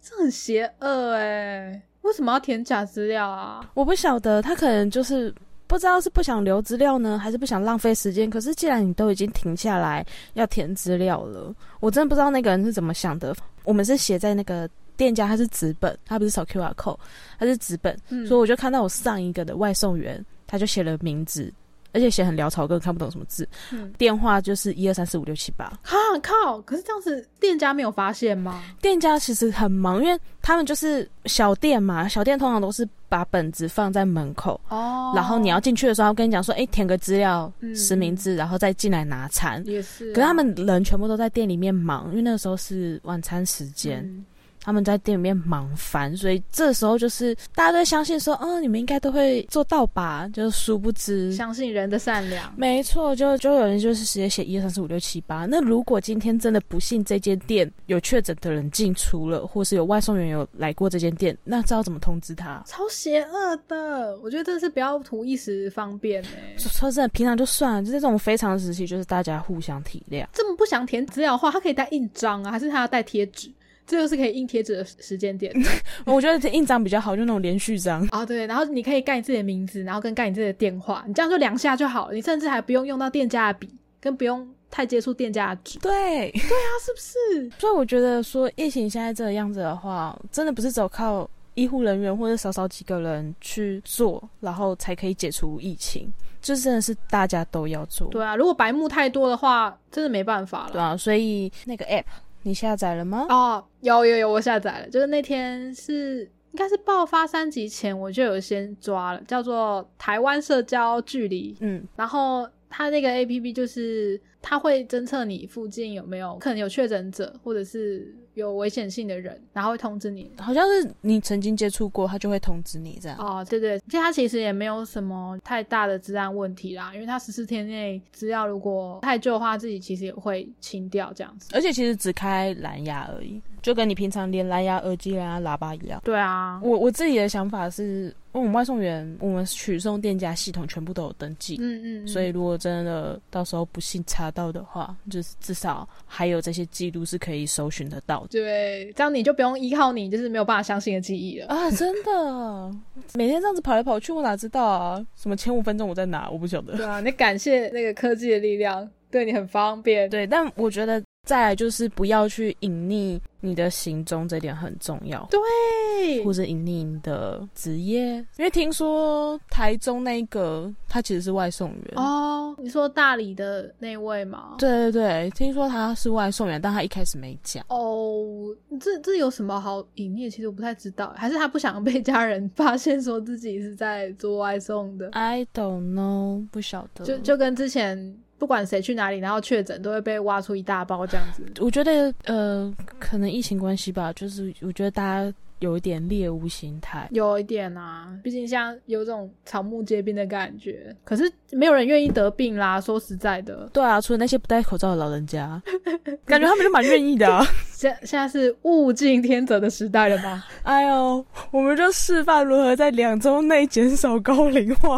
Speaker 1: 这很邪恶哎！为什么要填假资料啊？
Speaker 2: 我不晓得他可能就是。不知道是不想留资料呢，还是不想浪费时间。可是既然你都已经停下来要填资料了，我真的不知道那个人是怎么想的。我们是写在那个店家，他是纸本，他不是扫 QR code，他是纸本，
Speaker 1: 嗯
Speaker 2: 所以我就看到我上一个的外送员，他就写了名字，而且写很潦草，根本看不懂什么字。
Speaker 1: 嗯
Speaker 2: 电话就是一二三四五六七八。
Speaker 1: 哈靠！可是这样子，店家没有发现吗？
Speaker 2: 店家其实很忙，因为他们就是小店嘛，小店通常都是把本子放在门口，
Speaker 1: 哦
Speaker 2: 然后你要进去的时候，他跟你讲说，哎、填个资料、
Speaker 1: 嗯
Speaker 2: 实名制，然后再进来拿餐。
Speaker 1: 也是啊、
Speaker 2: 可是他们人全部都在店里面忙，因为那个时候是晚餐时间，
Speaker 1: 嗯
Speaker 2: 他们在店里面忙翻，所以这时候就是大家都会相信说，嗯，你们应该都会做到吧？就是殊不知，
Speaker 1: 相信人的善良。
Speaker 2: 没错，就就有人就是直接写一二三四五六七八。那如果今天真的不幸这间店有确诊的人进出了，或是有外送员有来过这间店，那知道怎么通知他？
Speaker 1: 超邪恶的，我觉得真的是不要图一时方便哎、
Speaker 2: 说说真的，平常就算了，就是这种非常时期，就是大家互相体谅。
Speaker 1: 这么不想填资料的话，他可以带印章啊，还是他要带贴纸？这就是可以印贴纸的时间点。 [LAUGHS]
Speaker 2: 我觉得印章比较好，就那种连续章。
Speaker 1: 啊、对，然后你可以盖你自己的名字，然后跟盖你自己的电话，你这样就两下就好了。你甚至还不用用到店家的笔，跟不用太接触店家的纸，
Speaker 2: 对，
Speaker 1: 啊，是不是？
Speaker 2: 所以我觉得说疫情现在这个样子的话，真的不是只有靠医护人员或者少少几个人去做，然后才可以解除疫情。这真的是大家都要做，
Speaker 1: 对啊，如果白目太多的话，真的没办法
Speaker 2: 对
Speaker 1: 了。
Speaker 2: 啊。所以那个 app 你下载了吗？
Speaker 1: [LAUGHS] 哦，有有有，我下载了，就是那天是应该是爆发三级前，我就有先抓了，叫做台湾社交距离
Speaker 2: 嗯，
Speaker 1: 然后它那个 A P P 就是它会侦测你附近有没有可能有确诊者，或者是有危险性的人，然后会通知你。
Speaker 2: 好像是你曾经接触过，他就会通知你这样。
Speaker 1: 哦，对对，其实它其实也没有什么太大的治安问题啦，因为它十四天内资料如果太旧的话，自己其实也会清掉这样子。
Speaker 2: 而且其实只开蓝牙而已，就跟你平常连蓝牙耳机、蓝牙喇叭一样。
Speaker 1: 对啊，
Speaker 2: 我我自己的想法是，因为我们外送员，我们取送店家系统全部都有登记，
Speaker 1: 嗯嗯，嗯
Speaker 2: 所以如果真的到时候不幸查到的话，就是至少还有这些记录是可以搜寻得到的。
Speaker 1: 对，这样你就不用依靠你就是没有办法相信的记忆了。
Speaker 2: 啊，真的， [LAUGHS] 每天这样子跑来跑去，我哪知道啊？什么前五分钟我在哪？我不晓得。
Speaker 1: 对啊，你感谢那个科技的力量，对你很方便。
Speaker 2: 对，但我觉得再来就是不要去隐匿你的行踪，这点很重要，
Speaker 1: 对
Speaker 2: 或者隐匿你的职业，因为听说台中那个他其实是外送员。
Speaker 1: 哦，你说大理的那位吗？
Speaker 2: 对对对，听说他是外送员，但他一开始没讲。
Speaker 1: 哦，这这有什么好隐匿？其实我不太知道，还是他不想被家人 [LAUGHS] 发现说自己是在做外送的，
Speaker 2: I don't know，不晓得。
Speaker 1: 就就跟之前不管谁去哪里，然后确诊都会被挖出一大包这样子。
Speaker 2: 我觉得呃，可能疫情关系吧，就是我觉得大家有一点猎物心态。
Speaker 1: 有一点啊，毕竟像有种草木皆兵的感觉，可是没有人愿意得病啦。说实在的，
Speaker 2: 对啊，除了那些不戴口罩的老
Speaker 1: [LAUGHS]
Speaker 2: 人家，感觉他们就蛮愿意的、啊。
Speaker 1: 现现在是物竞天择的时代了吗？
Speaker 2: 哎呦，我们就示范如何在两周内减少高龄化。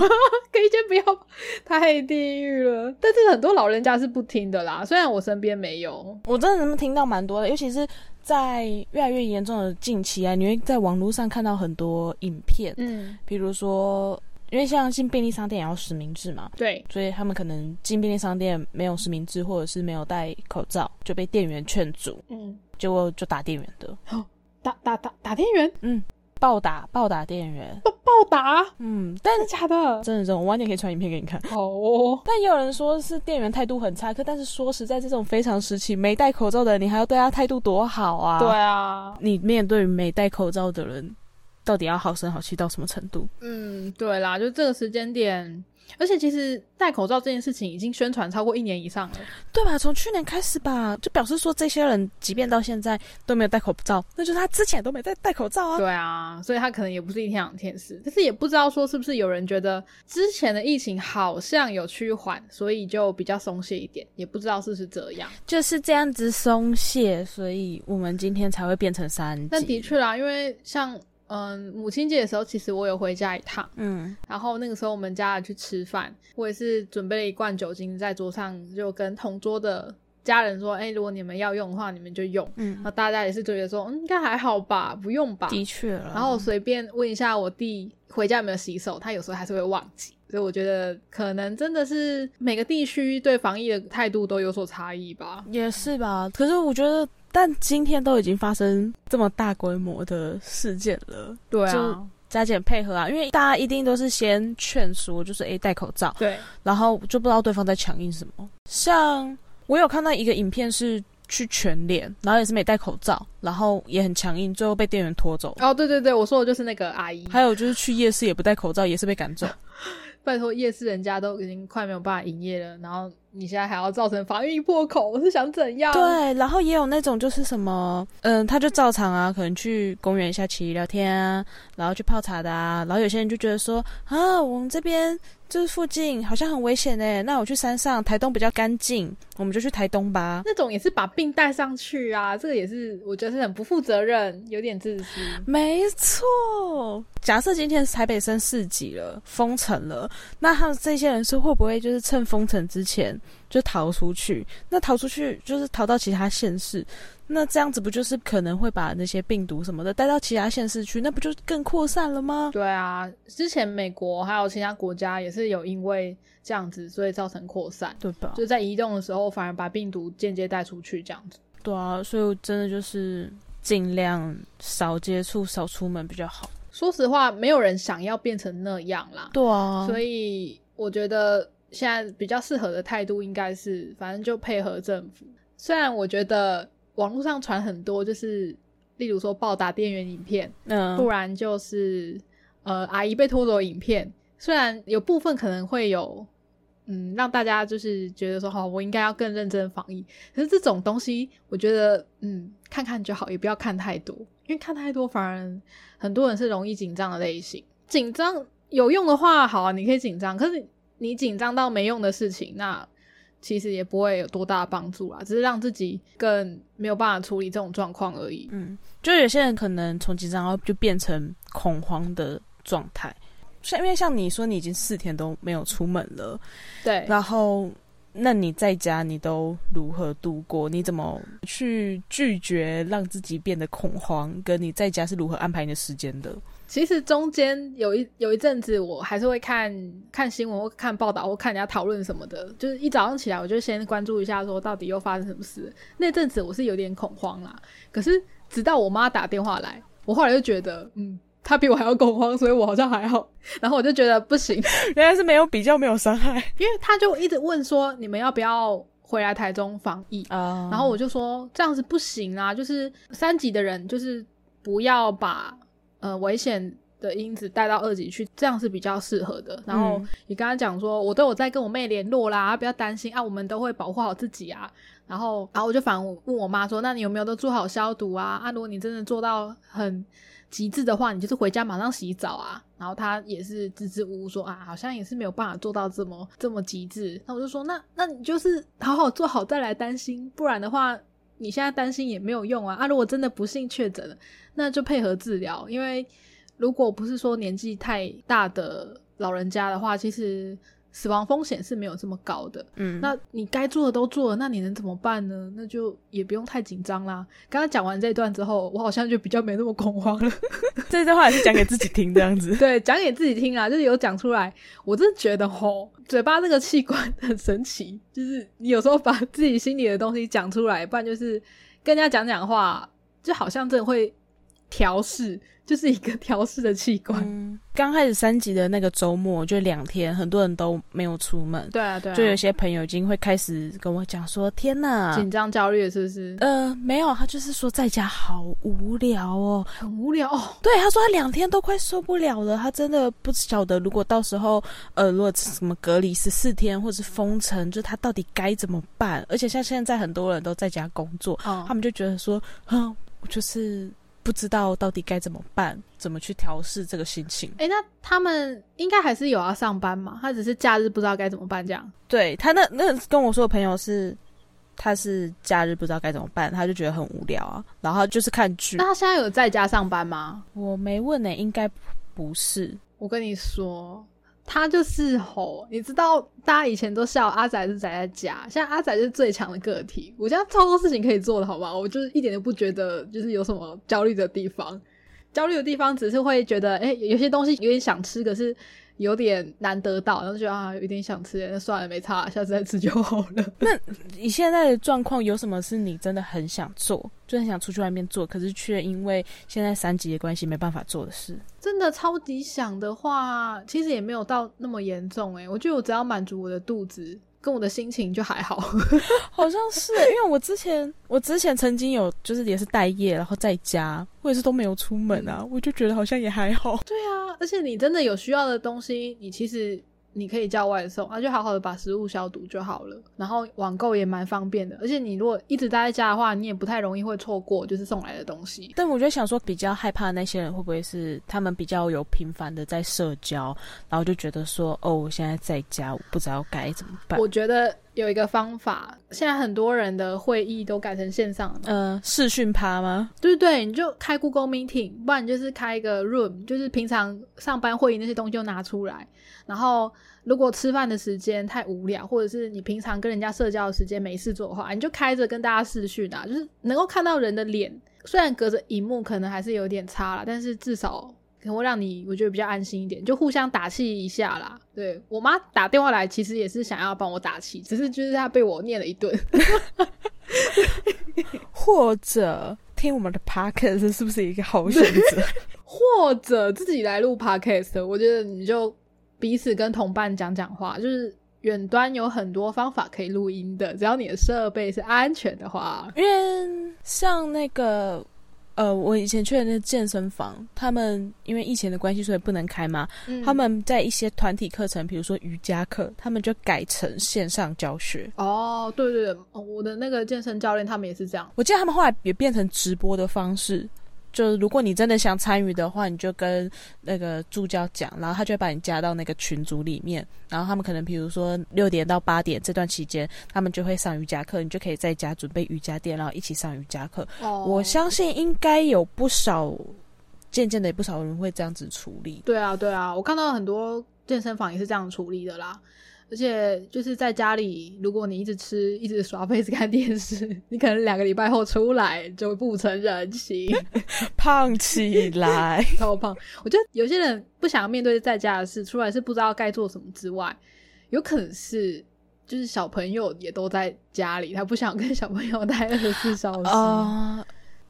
Speaker 1: 可以先不要太地狱了。但是很多老人家是不听的啦，虽然我身边没有。
Speaker 2: [LAUGHS] 我真的能听到蛮多的，尤其是在越来越严重的近期啊，你会在网络上看到很多影片，
Speaker 1: 嗯，
Speaker 2: 比如说，因为像进便利商店也要实名制嘛，
Speaker 1: 对，
Speaker 2: 所以他们可能进便利商店没有实名制，或者是没有戴口罩，就被店员劝阻，
Speaker 1: 嗯，
Speaker 2: 结果就打店员的，嗯
Speaker 1: 打打打打店员，
Speaker 2: 暴打暴打店员。
Speaker 1: 暴暴打，
Speaker 2: 嗯，但
Speaker 1: 真的假的？
Speaker 2: 真的这种，我晚点可以传影片给你看。
Speaker 1: 好哦，
Speaker 2: 但也有人说是店员态度很差，可但是说实在，这种非常时期没戴口罩的人，你还要对他态度多好啊？
Speaker 1: 对，啊，
Speaker 2: 你面对没戴口罩的人，到底要好声好气到什么程度？
Speaker 1: 嗯，对啦，就这个时间点，而且其实戴口罩这件事情已经宣传超过一年以上了。
Speaker 2: 对吧？从去年开始吧，就表示说这些人即便到现在都没有戴口罩，那就是他之前都没戴戴口罩啊。
Speaker 1: 对啊，所以他可能也不是一天两天的事，但是也不知道说是不是有人觉得之前的疫情好像有趋缓，所以就比较松懈一点，也不知道是不是这样。
Speaker 2: 就是这样子松懈，所以我们今天才会变成三级。
Speaker 1: 但的，确啦，因为像嗯母亲节的时候，其实我有回家一趟，
Speaker 2: 嗯，
Speaker 1: 然后那个时候我们家人去吃饭，我也是准备了一罐酒精在桌上，就跟同桌的家人说，哎、如果你们要用的话，你们就用。
Speaker 2: 嗯
Speaker 1: 然后大家也是觉得说，嗯，应该还好吧，不用吧。
Speaker 2: 的确了。
Speaker 1: 然后我随便问一下我弟回家有没有洗手，他有时候还是会忘记，所以我觉得可能真的是每个地区对防疫的态度都有所差异吧。
Speaker 2: 也是吧，可是我觉得，但今天都已经发生这么大规模的事件了，
Speaker 1: 对
Speaker 2: 就
Speaker 1: 啊，
Speaker 2: 加减配合啊，因为大家一定都是先劝说，就是诶戴口罩，
Speaker 1: 对，
Speaker 2: 然后就不知道对方在强硬什么。像我有看到一个影片是去全脸，然后也是没戴口罩，然后也很强硬，最后被店员拖走。
Speaker 1: 哦，对对对，我说的就是那个阿姨。
Speaker 2: 还有就是去夜市也不戴口罩，也是被赶走。
Speaker 1: 拜托，夜市人家都已经快没有办法营业了，然后你现在还要造成防疫破口，我是想怎样？，
Speaker 2: 对，然后也有那种就是什么，嗯，他就照常啊，可能去公园下棋、聊天啊，然后去泡茶的啊，然后有些人就觉得说啊，我们这边就是附近好像很危险诶，那我去山上，台东比较干净，我们就去台东吧。
Speaker 1: 那种也是把病带上去啊，这个也是我觉得是很不负责任，有点自私。
Speaker 2: 没错，假设今天台北升四级了，封城了，那他们这些人是会不会就是趁封城之前就逃出去？那逃出去就是逃到其他县市，那这样子不就是可能会把那些病毒什么的带到其他县市去？那不就更扩散了吗？
Speaker 1: 对啊，之前美国还有其他国家也是有因为这样子，所以造成扩散，
Speaker 2: 对吧？
Speaker 1: 就在移动的时候反而把病毒间接带出去这样子。
Speaker 2: 对啊，所以我真的就是。尽量少接触、少出门比较好。
Speaker 1: 说实话，没有人想要变成那样啦。
Speaker 2: 对啊，
Speaker 1: 所以我觉得现在比较适合的态度应该是，反正就配合政府。虽然我觉得网络上传很多，就是例如说暴打店员影片，
Speaker 2: 嗯，
Speaker 1: 不然就是呃阿姨被拖走影片。虽然有部分可能会有，嗯，让大家就是觉得说，哈、我应该要更认真防疫。可是这种东西，我觉得，嗯，看看就好，也不要看太多，因为看太多反而很多人是容易紧张的类型。紧张有用的话，好啊，你可以紧张。可是你紧张到没用的事情，那其实也不会有多大的帮助啦，只是让自己更没有办法处理这种状况而已。
Speaker 2: 嗯，就有些人可能从紧张然后就变成恐慌的状态，像因为像你说你已经四天都没有出门了，
Speaker 1: 对，
Speaker 2: 然后那你在家你都如何度过？你怎么去拒绝让自己变得恐慌？跟你在家是如何安排你的时间的？ [LAUGHS]
Speaker 1: 其实中间有一有一阵子，我还是会看看新闻或看报道或看人家讨论什么的。就是一早上起来，我就先关注一下，说到底又发生什么事。那阵子我是有点恐慌啦，可是直到我妈打电话来，我后来就觉得，嗯，她比我还要恐慌，所以我好像还好。然后我就觉得不行，
Speaker 2: 原来是没有比较，没有伤害
Speaker 1: 因为她就一直问说，你们要不要回来台中防疫？
Speaker 2: 啊
Speaker 1: 然后我就说这样子不行啊，就是三级的人就是不要把呃危险的因子带到二级去，这样是比较适合的。然后
Speaker 2: 嗯
Speaker 1: 你跟他讲说，我都有在跟我妹联络啦，不要担心啊，我们都会保护好自己啊。然后，然后我就反问我妈说，那你有没有都做好消毒啊？啊，如果你真的做到很极致的话，你就是回家马上洗澡啊。然后她也是支支吾吾说啊，好像也是没有办法做到这么这么极致。那我就说，那那你就是好好做好再来担心，不然的话，你现在担心也没有用啊。啊，如果真的不幸确诊了，那就配合治疗，因为如果不是说年纪太大的老人家的话，其实死亡风险是没有这么高的。
Speaker 2: 嗯，
Speaker 1: 那你该做的都做了，那你能怎么办呢？那就也不用太紧张啦。刚刚讲完这段之后，我好像就比较没那么恐慌了。。
Speaker 2: 这段话也是讲给自己听这样子
Speaker 1: [LAUGHS] 对，讲给自己听啦，就是有讲出来。我真的觉得吼，嘴巴这个器官很神奇，就是你有时候把自己心里的东西讲出来，不然就是跟人家讲讲话，就好像真的会调试，就是一个调试的器官。
Speaker 2: 嗯，刚开始三级的那个周末就两天，很多人都没有出门，
Speaker 1: 对啊，对啊，
Speaker 2: 就有些朋友已经会开始跟我讲说：“天哪，
Speaker 1: 紧张焦虑是不是？
Speaker 2: 呃，没有，他就是说在家好无聊哦。
Speaker 1: 很无聊哦，
Speaker 2: 对，他说他两天都快受不了了，他真的不晓得如果到时候呃，如果什么隔离十四天或是封城，就他到底该怎么办？而且像现在很多人都在家工作，
Speaker 1: 哦
Speaker 2: 他们就觉得说，啊，我就是不知道到底该怎么办，怎么去调试这个心情。
Speaker 1: 哎、那他们应该还是有要上班嘛？他只是假日不知道该怎么办这样。
Speaker 2: 对他那那跟我说的朋友是。他是假日不知道该怎么办，他就觉得很无聊啊，然后就是看剧
Speaker 1: 那。他现在有在家上班吗？
Speaker 2: 我没问呢、应该不是。
Speaker 1: 我跟你说，他就是吼，你知道，大家以前都笑阿仔是宅在家，现在阿仔就是最强的个体。我现在超多事情可以做的，好吗？我就是一点都不觉得就是有什么焦虑的地方。焦虑的地方只是会觉得，哎、有些东西有点想吃，可是有点难得到，然后就觉得啊，有点想吃，那算了，没差，下次再吃就好了。 [LAUGHS]
Speaker 2: 你现在的状况有什么是你真的很想做，就很想出去外面做，可是却因为现在三级的关系没办法做的事？
Speaker 1: 真的超级想的话，其实也没有到那么严重诶、我觉得我只要满足我的肚子跟我的心情就还好。
Speaker 2: 好像是，欸因为我之前 [LAUGHS] 我之前曾经有就是也是待业，然后在家，我也是都没有出门啊，我就觉得好像也还好。
Speaker 1: 对啊，而且你真的有需要的东西，你其实你可以叫外送，那、就好好的把食物消毒就好了。然后网购也蛮方便的，而且你如果一直待在家的话，你也不太容易会错过就是送来的东西。
Speaker 2: 但我就想说，比较害怕的那些人会不会是他们比较有频繁的在社交，然后就觉得说，哦，我现在在家，我不知道该怎么办。
Speaker 1: 我觉得有一个方法，现在很多人的会议都改成线上了嘛，
Speaker 2: 呃，视讯趴吗？
Speaker 1: 对对对，你就开 Google Meeting，不然你就是开一个 Room，就是平常上班会议那些东西就拿出来。然后如果吃饭的时间太无聊，或者是你平常跟人家社交的时间没事做的话，你就开着跟大家视讯啊，就是能够看到人的脸。虽然隔着荧幕可能还是有点差啦，但是至少可能会让你我觉得比较安心一点，就互相打气一下啦。对我妈打电话来，其实也是想要帮我打气，只是就是她被我念了一顿。
Speaker 2: 或者听我们的 podcast 是不是一个好选择？
Speaker 1: 或者自己来录 podcast，我觉得你就彼此跟同伴讲讲话，就是远端有很多方法可以录音的，只要你的设备是安全的话。
Speaker 2: [LAUGHS] 因为像那个呃，我以前去的那个健身房，他们因为疫情的关系，所以不能开嘛。
Speaker 1: 嗯
Speaker 2: 他们在一些团体课程，比如说瑜伽课，他们就改成线上教学。
Speaker 1: 哦，对对对，哦我的那个健身教练他们也是这样。
Speaker 2: 我记得他们后来也变成直播的方式，就是如果你真的想参与的话，你就跟那个助教讲，然后他就会把你加到那个群组里面，然后他们可能比如说六点到八点这段期间，他们就会上瑜伽课，你就可以在家准备瑜伽垫，然后一起上瑜伽课。
Speaker 1: 哦，
Speaker 2: 我相信应该有不少，渐渐的也不少人会这样子处理。
Speaker 1: 对啊，对啊，我看到很多健身房也是这样处理的啦。而且就是在家里，如果你一直吃、一直 [LAUGHS] 耍废、一直看电视，你可能两个礼拜后出来就会不成人形，
Speaker 2: 胖起 [LAUGHS] 来，
Speaker 1: 超胖。我觉得有些人不想面对在家的事，出来是不知道该做什么之外，有可能是就是小朋友也都在家里，他不想跟小朋友待二十四小时。
Speaker 2: 啊！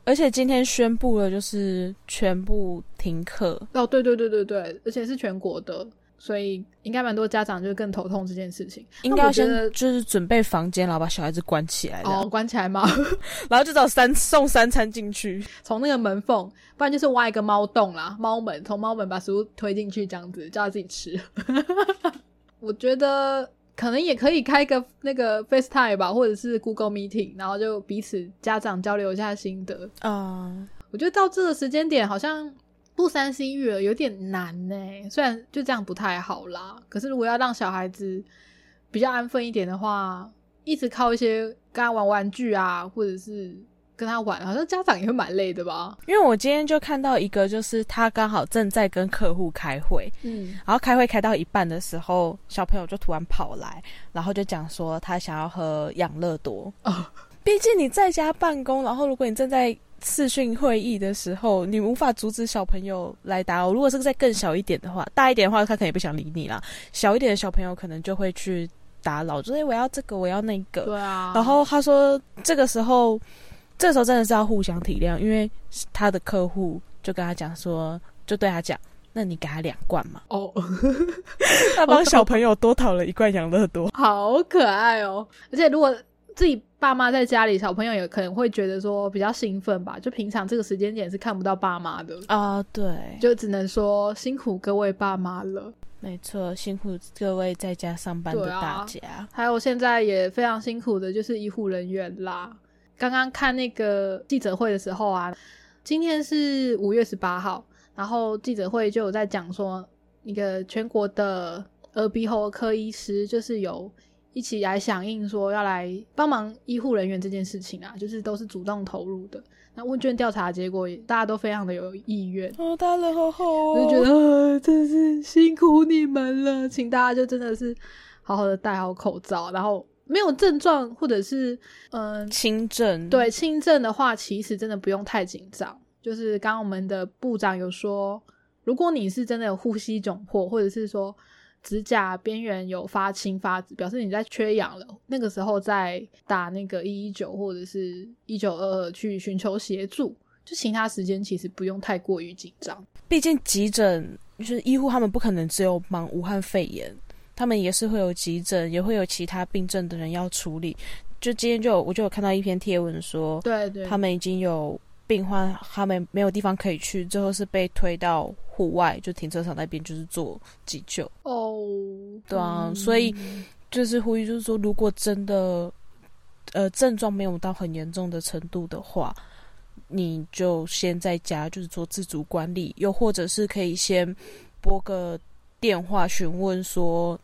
Speaker 2: 而且今天宣布了，就是全部停课。
Speaker 1: 哦，对对对对对，而且是全国的，所以应该蛮多家长就更头痛这件事情。
Speaker 2: 应该要先
Speaker 1: 那我觉得
Speaker 2: 就是准备房间，然后把小孩子关起来，这样
Speaker 1: 哦，关起来猫，
Speaker 2: 然后就找三送三餐进去。
Speaker 1: 从那个门缝，不然就是挖一个猫洞啦，猫门，从猫门把食物推进去，这样子叫它自己吃。 [LAUGHS] 我觉得可能也可以开个那个 FaceTime 吧，或者是 Google Meeting，然后就彼此家长交流一下心得。
Speaker 2: 啊、
Speaker 1: 我觉得到这个时间点，好像不三 C 育儿有点难呢、虽然就这样不太好啦，可是如果要让小孩子比较安分一点的话，一直靠一些跟他玩玩具啊，或者是跟他玩，好像家长也会蛮累的吧。
Speaker 2: 因为我今天就看到一个，就是他刚好正在跟客户开会，
Speaker 1: 嗯，
Speaker 2: 然后开会开到一半的时候，小朋友就突然跑来，然后就讲说他想要喝养乐多。
Speaker 1: 哦
Speaker 2: 毕竟你在家办公，然后如果你正在视讯会议的时候，你无法阻止小朋友来打扰。如果是在更小一点的话，大一点的话，他可能也不想理你啦。小一点的小朋友可能就会去打扰，就是哎我要这个，我要那个。
Speaker 1: 对啊。
Speaker 2: 然后他说，这个时候，这时候真的是要互相体谅，因为他的客户就跟他讲说，就对他讲，那你给他两罐嘛。
Speaker 1: 哦，
Speaker 2: 他帮小朋友多讨了一罐养乐 [LAUGHS] 多。
Speaker 1: 好可爱哦！而且如果自己爸妈在家里，小朋友也可能会觉得说比较兴奋吧，就平常这个时间点是看不到爸妈的。
Speaker 2: 啊、对，
Speaker 1: 就只能说辛苦各位爸妈了，
Speaker 2: 没错，辛苦各位在家上班的
Speaker 1: 对啊
Speaker 2: 大家。
Speaker 1: 还有现在也非常辛苦的就是医护人员啦。刚刚看那个记者会的时候啊，今天是五月十八号，然后记者会就有在讲说，那个全国的耳鼻喉科医师就是有一起来响应说要来帮忙医护人员这件事情啊，就是都是主动投入的。那问卷调查结果也大家都非常的有意愿，
Speaker 2: 哦，大人好好哦，
Speaker 1: 我就觉得、呃真是辛苦你们了，请大家就真的是好好的戴好口罩，然后没有症状或者是嗯、
Speaker 2: 轻症，
Speaker 1: 对轻症的话，其实真的不用太紧张。就是刚刚我们的部长有说，如果你是真的有呼吸窘迫，或者是说指甲边缘有发青发紫，表示你在缺氧了，那个时候再打那个一一九或者是一九二二去寻求协助。就其他时间其实不用太过于紧张。
Speaker 2: 毕竟急诊就是医护，他们不可能只有忙武汉肺炎，他们也是会有急诊，也会有其他病症的人要处理。就今天就有我就有看到一篇贴文说，
Speaker 1: 对对，
Speaker 2: 他们已经有病患，他们没有地方可以去，最后是被推到户外，就停车场那边就是做急救。
Speaker 1: 哦，
Speaker 2: 对啊所以就是呼吁，就是说，如果真的呃症状没有到很严重的程度的话，你就先在家就是做自主管理，又或者是可以先拨个电话询问说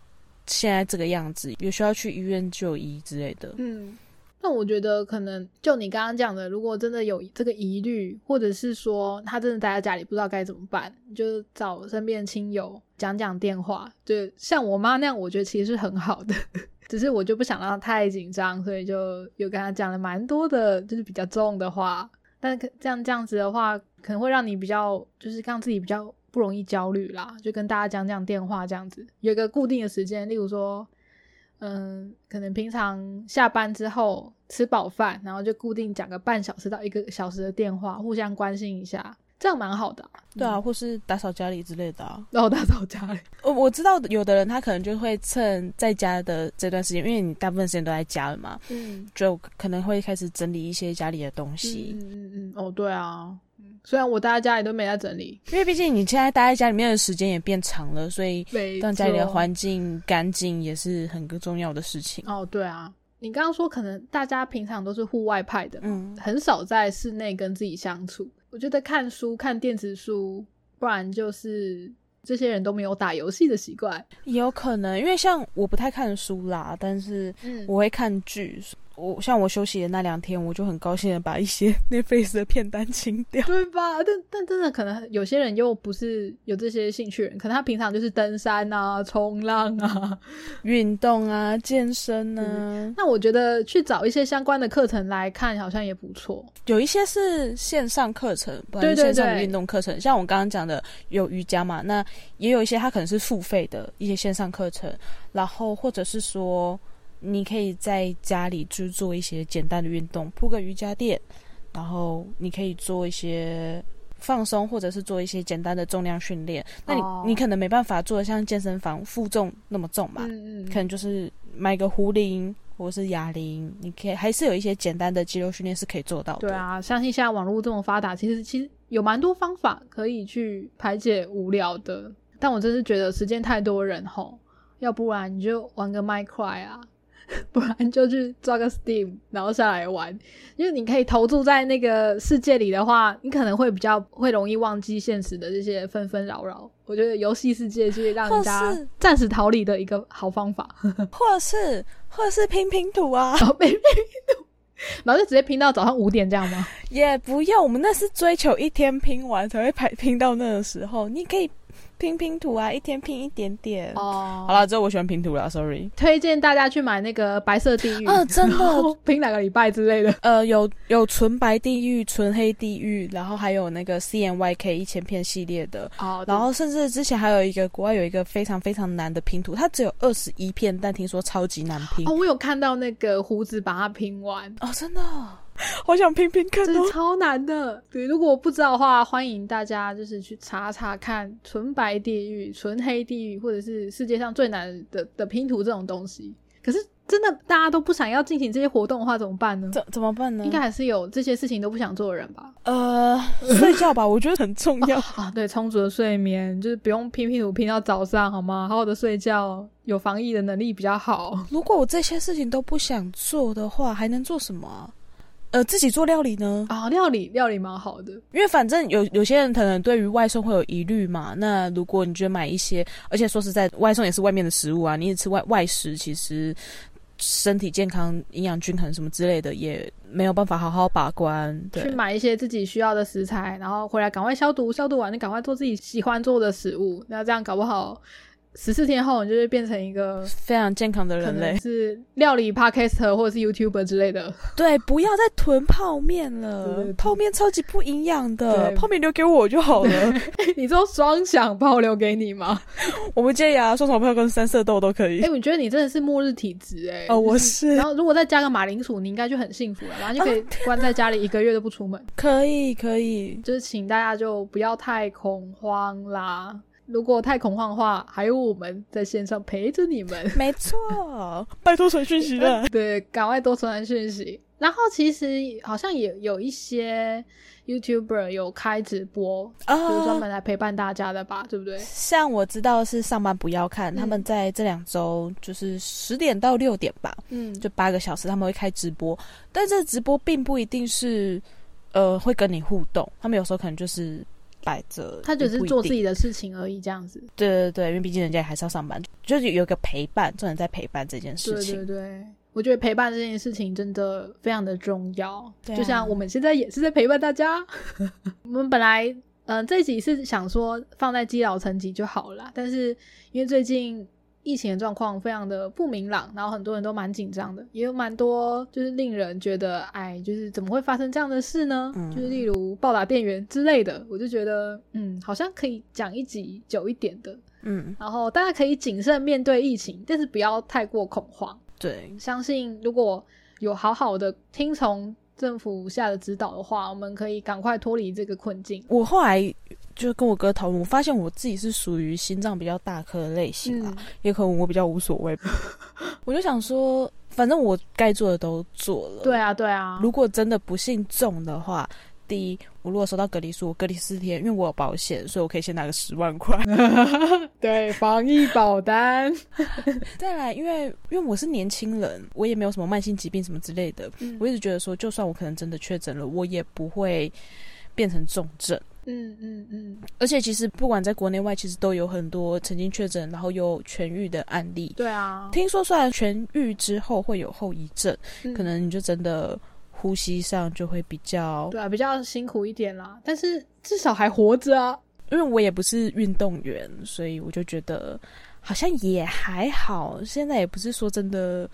Speaker 2: 现在这个样子，有需要去医院就医之类的。
Speaker 1: 嗯，那我觉得可能就你刚刚讲的，如果真的有这个疑虑，或者是说他真的待在家里不知道该怎么办，你就找身边的亲友讲讲电话，就像我妈那样，我觉得其实是很好的。 [LAUGHS] 只是我就不想让她太紧张，所以就有跟她讲了蛮多的，就是比较重的话。但可这样这样子的话，可能会让你比较，就是让自己比较不容易焦虑啦。就跟大家讲讲电话这样子，有一个固定的时间，例如说，嗯、嗯，可能平常下班之后吃饱饭，然后就固定讲个半小时到一个小时的电话，互相关心一下，这样蛮好的、啊。
Speaker 2: 对啊，或是打扫家里之类的啊。
Speaker 1: 然后打扫家里，
Speaker 2: 我我知道有的人他可能就会趁在家的这段时间，因为你大部分时间都在家了嘛，
Speaker 1: 嗯，
Speaker 2: 就可能会开始整理一些家里的东西。
Speaker 1: 嗯嗯嗯，哦，对啊，虽然我待在家里都没在整理，
Speaker 2: 因为毕竟你现在待在家里面的时间也变长了，所以
Speaker 1: 没
Speaker 2: 让家里的
Speaker 1: 错
Speaker 2: 环境干净也是很重要的事情。
Speaker 1: 哦，对啊，你刚刚说可能大家平常都是户外派的，
Speaker 2: 嗯，
Speaker 1: 很少在室内跟自己相处。我觉得看书、看电子书，不然就是这些人都没有打游戏的习惯。
Speaker 2: 也有可能，因为像我不太看书啦，但是
Speaker 1: 嗯
Speaker 2: 我会看剧。我像我休息的那两天，我就很高兴的把一些 [LAUGHS] Netflix 的片单清掉。
Speaker 1: 对吧？但但真的可能有些人又不是有这些兴趣人，可能他平常就是登山啊、冲浪啊。 [LAUGHS]
Speaker 2: 运动啊，健身啊，
Speaker 1: 那我觉得去找一些相关的课程来看，好像也不错。
Speaker 2: 有一些是线上课程，不
Speaker 1: 对
Speaker 2: 然
Speaker 1: 对
Speaker 2: 线上的
Speaker 1: 对
Speaker 2: 运动课程，像我刚刚讲的有瑜伽嘛，那也有一些它可能是付费的一些线上课程，然后或者是说你可以在家里就做一些简单的运动，铺个瑜伽垫，然后你可以做一些。放松，或者是做一些简单的重量训练。那你、
Speaker 1: 哦
Speaker 2: 你可能没办法做的像健身房负重那么重嘛，
Speaker 1: 嗯
Speaker 2: 可能就是买个壶铃或是哑铃，你可以还是有一些简单的肌肉训练是可以做到的。
Speaker 1: 对，啊，相信现在网络这么发达，其实其实有蛮多方法可以去排解无聊的。但我真是觉得时间太多人吼，要不然你就玩个 Minecraft 啊， [LAUGHS] 不然就去抓个 Steam，然后下来玩。因为你可以投注在那个世界里的话，你可能会比较会容易忘记现实的这些纷纷扰扰。我觉得游戏世界是让
Speaker 2: 或
Speaker 1: 人家
Speaker 2: 是
Speaker 1: 暂时逃离的一个好方法。
Speaker 2: 或者是或者是拼拼图啊， [LAUGHS]
Speaker 1: 然后被被 [LAUGHS] 然后就直接拼到早上五点这样吗？
Speaker 2: 也不要我们那是追求一天拼完才会排拼到那个时候，你可以拼拼图啊，一天拼一点点。
Speaker 1: 哦
Speaker 2: 好了，之后我喜欢拼图啦 s o r r y
Speaker 1: 推荐大家去买那个《白色地狱》
Speaker 2: 哦真
Speaker 1: 然
Speaker 2: 的
Speaker 1: 后
Speaker 2: [LAUGHS]
Speaker 1: 拼两个礼拜之类的。
Speaker 2: 呃，有有纯白地狱、纯黑地狱，然后还有那个 C N Y K 一千片系列的，
Speaker 1: 哦
Speaker 2: 然后甚至之前还有一个国外有一个非常非常难的拼图，它只有二十一片，但听说超级难拼
Speaker 1: 哦，。我有看到那个胡子把它拼完，
Speaker 2: 哦，真 [LAUGHS] 的哦，好想拼拼看
Speaker 1: 这
Speaker 2: 哦
Speaker 1: 是。超难的。对，如果不知道的话，欢迎大家就是去查查看纯白地狱、纯黑地狱，或者是世界上最难的的拼图这种东西。可是真的大家都不想要进行这些活动的话，怎么办呢？
Speaker 2: 怎怎么办呢？
Speaker 1: 应该还是有这些事情都不想做的人吧？
Speaker 2: 呃，睡觉吧，我觉得很重要。
Speaker 1: 啊，对，充足的睡眠就是不用拼拼图拼到早上，好吗？好好的睡觉，有防疫的能力比较好。
Speaker 2: [LAUGHS] 如果我这些事情都不想做的话，还能做什么啊、呃，自己做料理呢？
Speaker 1: 啊，料理料理蛮好的，
Speaker 2: 因为反正有有些人可能对于外送会有疑虑嘛。那如果你觉得买一些，而且说实在，外送也是外面的食物啊，你也吃外外食，其实身体健康、营养均衡什么之类的，也没有办法好好把关。
Speaker 1: 去
Speaker 2: 对，
Speaker 1: 买一些自己需要的食材，然后回来赶快消毒，消毒完你赶快做自己喜欢做的食物。那这样搞不好，十四天后你就会变成一个
Speaker 2: 非常健康的
Speaker 1: 可
Speaker 2: 人
Speaker 1: [LAUGHS]
Speaker 2: 类
Speaker 1: 能。是料理 podcaster 或者是 YouTuber 之类的。 [LAUGHS]
Speaker 2: 对，不要再囤泡面
Speaker 1: 对对
Speaker 2: 了
Speaker 1: 对，
Speaker 2: 泡面超级不营养的，
Speaker 1: 对
Speaker 2: 泡面留给我就好了。
Speaker 1: 你做双享包留给你吗？
Speaker 2: 我不介意啊，双重票跟三色豆都可以。
Speaker 1: 哎、我觉得你真的是末日体质哎、
Speaker 2: 哦，我
Speaker 1: 就是
Speaker 2: 是
Speaker 1: 然后如果再加个马铃薯，你应该就很幸福了，然后就可以
Speaker 2: 哦
Speaker 1: 关在家里一个月都不出门。
Speaker 2: 可以可以，
Speaker 1: 就是请大家就不要太恐慌啦，如果太恐慌的话，还有我们在线上陪着你们。
Speaker 2: 没错， [LAUGHS] 拜托传讯息 [LAUGHS]
Speaker 1: [LAUGHS]
Speaker 2: 了。
Speaker 1: 对，赶快多传传讯息。然后其实好像也有一些 YouTuber 有开直播，就是专
Speaker 2: 啊，
Speaker 1: 门来陪伴大家的吧，对不对？
Speaker 2: 像我知道是上班不要看，
Speaker 1: 嗯
Speaker 2: 他们在这两周就是十点到六点吧，
Speaker 1: 嗯，
Speaker 2: 就八个小时，他们会开直播，但这直播并不一定是呃会跟你互动，他们有时候可能就是摆着，
Speaker 1: 他只是
Speaker 2: 也不一
Speaker 1: 做自
Speaker 2: 定
Speaker 1: 己的事情而已，这样子。
Speaker 2: 对对对，因为毕竟人家也还是要上班，就是有一个陪伴，重点在陪伴这件事
Speaker 1: 对
Speaker 2: 情。
Speaker 1: 对对，我觉得陪伴这件事情真的非常的重要。
Speaker 2: 对啊
Speaker 1: 就像我们现在也是在陪伴大
Speaker 2: [LAUGHS]
Speaker 1: 家。我们本来嗯、呃这一集是想说放在基佬层级就好了啦，但是因为最近疫情的状况非常的不明朗，然后很多人都蛮紧张的，也有蛮多就是令人觉得，哎，就是怎么会发生这样的事呢？
Speaker 2: 嗯
Speaker 1: 就是例如暴打店员之类的，我就觉得，嗯，好像可以讲一集久一点的，
Speaker 2: 嗯，
Speaker 1: 然后大家可以谨慎面对疫情，但是不要太过恐慌。
Speaker 2: 对，
Speaker 1: 相信如果有好好的听从政府下的指导的话，我们可以赶快脱离这个困境。
Speaker 2: 我后来就跟我哥讨论，我发现我自己是属于心脏比较大颗的类型
Speaker 1: 嗯
Speaker 2: 啊，也可能我比较无所
Speaker 1: [LAUGHS]
Speaker 2: 谓。我就想说，反正我该做的都做了。
Speaker 1: 对啊，对啊，
Speaker 2: 如果真的不幸中的话，第一，我如果收到隔离书，我隔离四天，因为我有保险，所以我可以先拿个十万块。
Speaker 1: 嗯对防疫保单，
Speaker 2: [LAUGHS] 再来，因为因为我是年轻人，我也没有什么慢性疾病什么之类的，
Speaker 1: 嗯
Speaker 2: 我一直觉得说，就算我可能真的确诊了，我也不会变成重症。
Speaker 1: 嗯嗯嗯，
Speaker 2: 而且其实不管在国内外，其实都有很多曾经确诊然后又痊愈的案例。
Speaker 1: 对啊，
Speaker 2: 听说虽然痊愈之后会有后遗症，
Speaker 1: 嗯
Speaker 2: 可能你就真的呼吸上就会比较，
Speaker 1: 对啊，比较辛苦一点啦，但是至少还活着啊。
Speaker 2: 因为我也不是运动员，所以我就觉得好像也还好。现在也不是说真的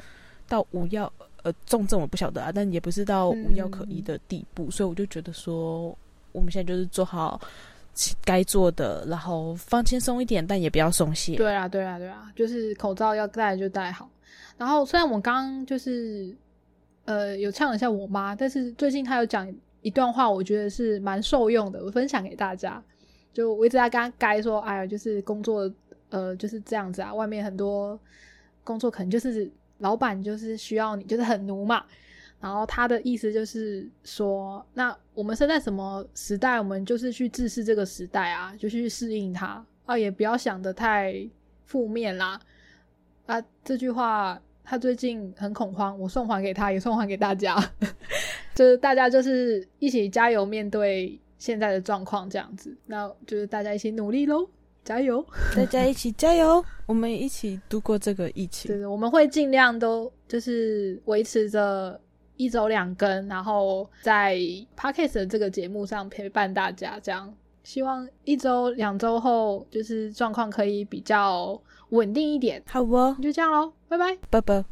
Speaker 2: 到无药呃重症，我不晓得啊，但也不是到无药可医的地步，所以我就觉得说，我们现在就是做好该做的，然后放轻松一点，但也不要松懈。
Speaker 1: 对啊，对啊，对啊，就是口罩要戴就戴好。然后虽然我刚刚就是呃有呛了一下我妈，但是最近她有讲一段话，我觉得是蛮受用的，我分享给大家。就我一直在跟她该说，哎呀，就是工作呃就是这样子啊，外面很多工作可能就是老板就是需要你，就是很奴嘛。然后他的意思就是说，那我们生在什么时代，我们就是去自视这个时代啊，就去适应它啊，也不要想的太负面啦。啊，这句话他最近很恐慌，我送还给他，也送还给大家， [LAUGHS] 就是大家就是一起加油面对现在的状况这样子，那就是大家一起努力喽，加油！
Speaker 2: 大家一起加油，我们一起度过这个疫情
Speaker 1: 对。对，我们会尽量都就是维持着一周两更，然后在 podcast 的这个节目上陪伴大家，这样希望一周两周后就是状况可以比较稳定一点。
Speaker 2: 好哦，
Speaker 1: 就这样喽，拜拜。
Speaker 2: 拜拜。